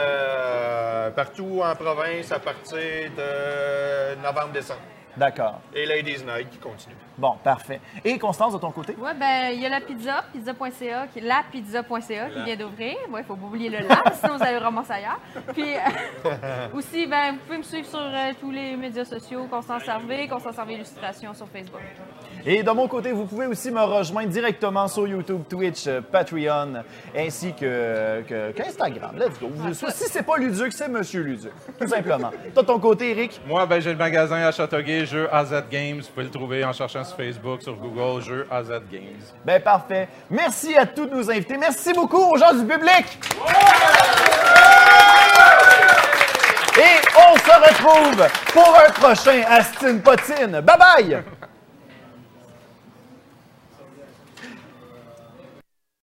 Speaker 5: euh, Partout en province à partir de novembre-décembre.
Speaker 2: D'accord.
Speaker 5: Et Ladies Night qui continue.
Speaker 2: Bon, parfait. Et Constance, de ton côté
Speaker 4: Ouais, ben, il y a la pizza, pizza.ca, qui, la pizza.ca qui vient d'ouvrir. Ouais, il faut pas oublier le là, sinon vous allez ramasser ailleurs. Puis, Aussi, ben, vous pouvez me suivre sur euh, tous les médias sociaux, Constance Hervé, Constance Hervé Illustration sur Facebook.
Speaker 2: Et de mon côté, vous pouvez aussi me rejoindre directement sur YouTube, Twitch, euh, Patreon, ainsi que, que- qu'Instagram. Let's go. Vous- si c'est pas Luduc, c'est Monsieur Luduc, tout simplement. Toi, de ton côté, Eric?
Speaker 13: Moi, ben, j'ai le magasin à Châteauguay, jeu AZ Games. Vous pouvez le trouver en cherchant sur Facebook, sur Google, jeu AZ Games.
Speaker 2: Ben parfait. Merci à tous de nous invités. Merci beaucoup aux gens du public. Et on se retrouve pour un prochain Astin Potine. Bye bye.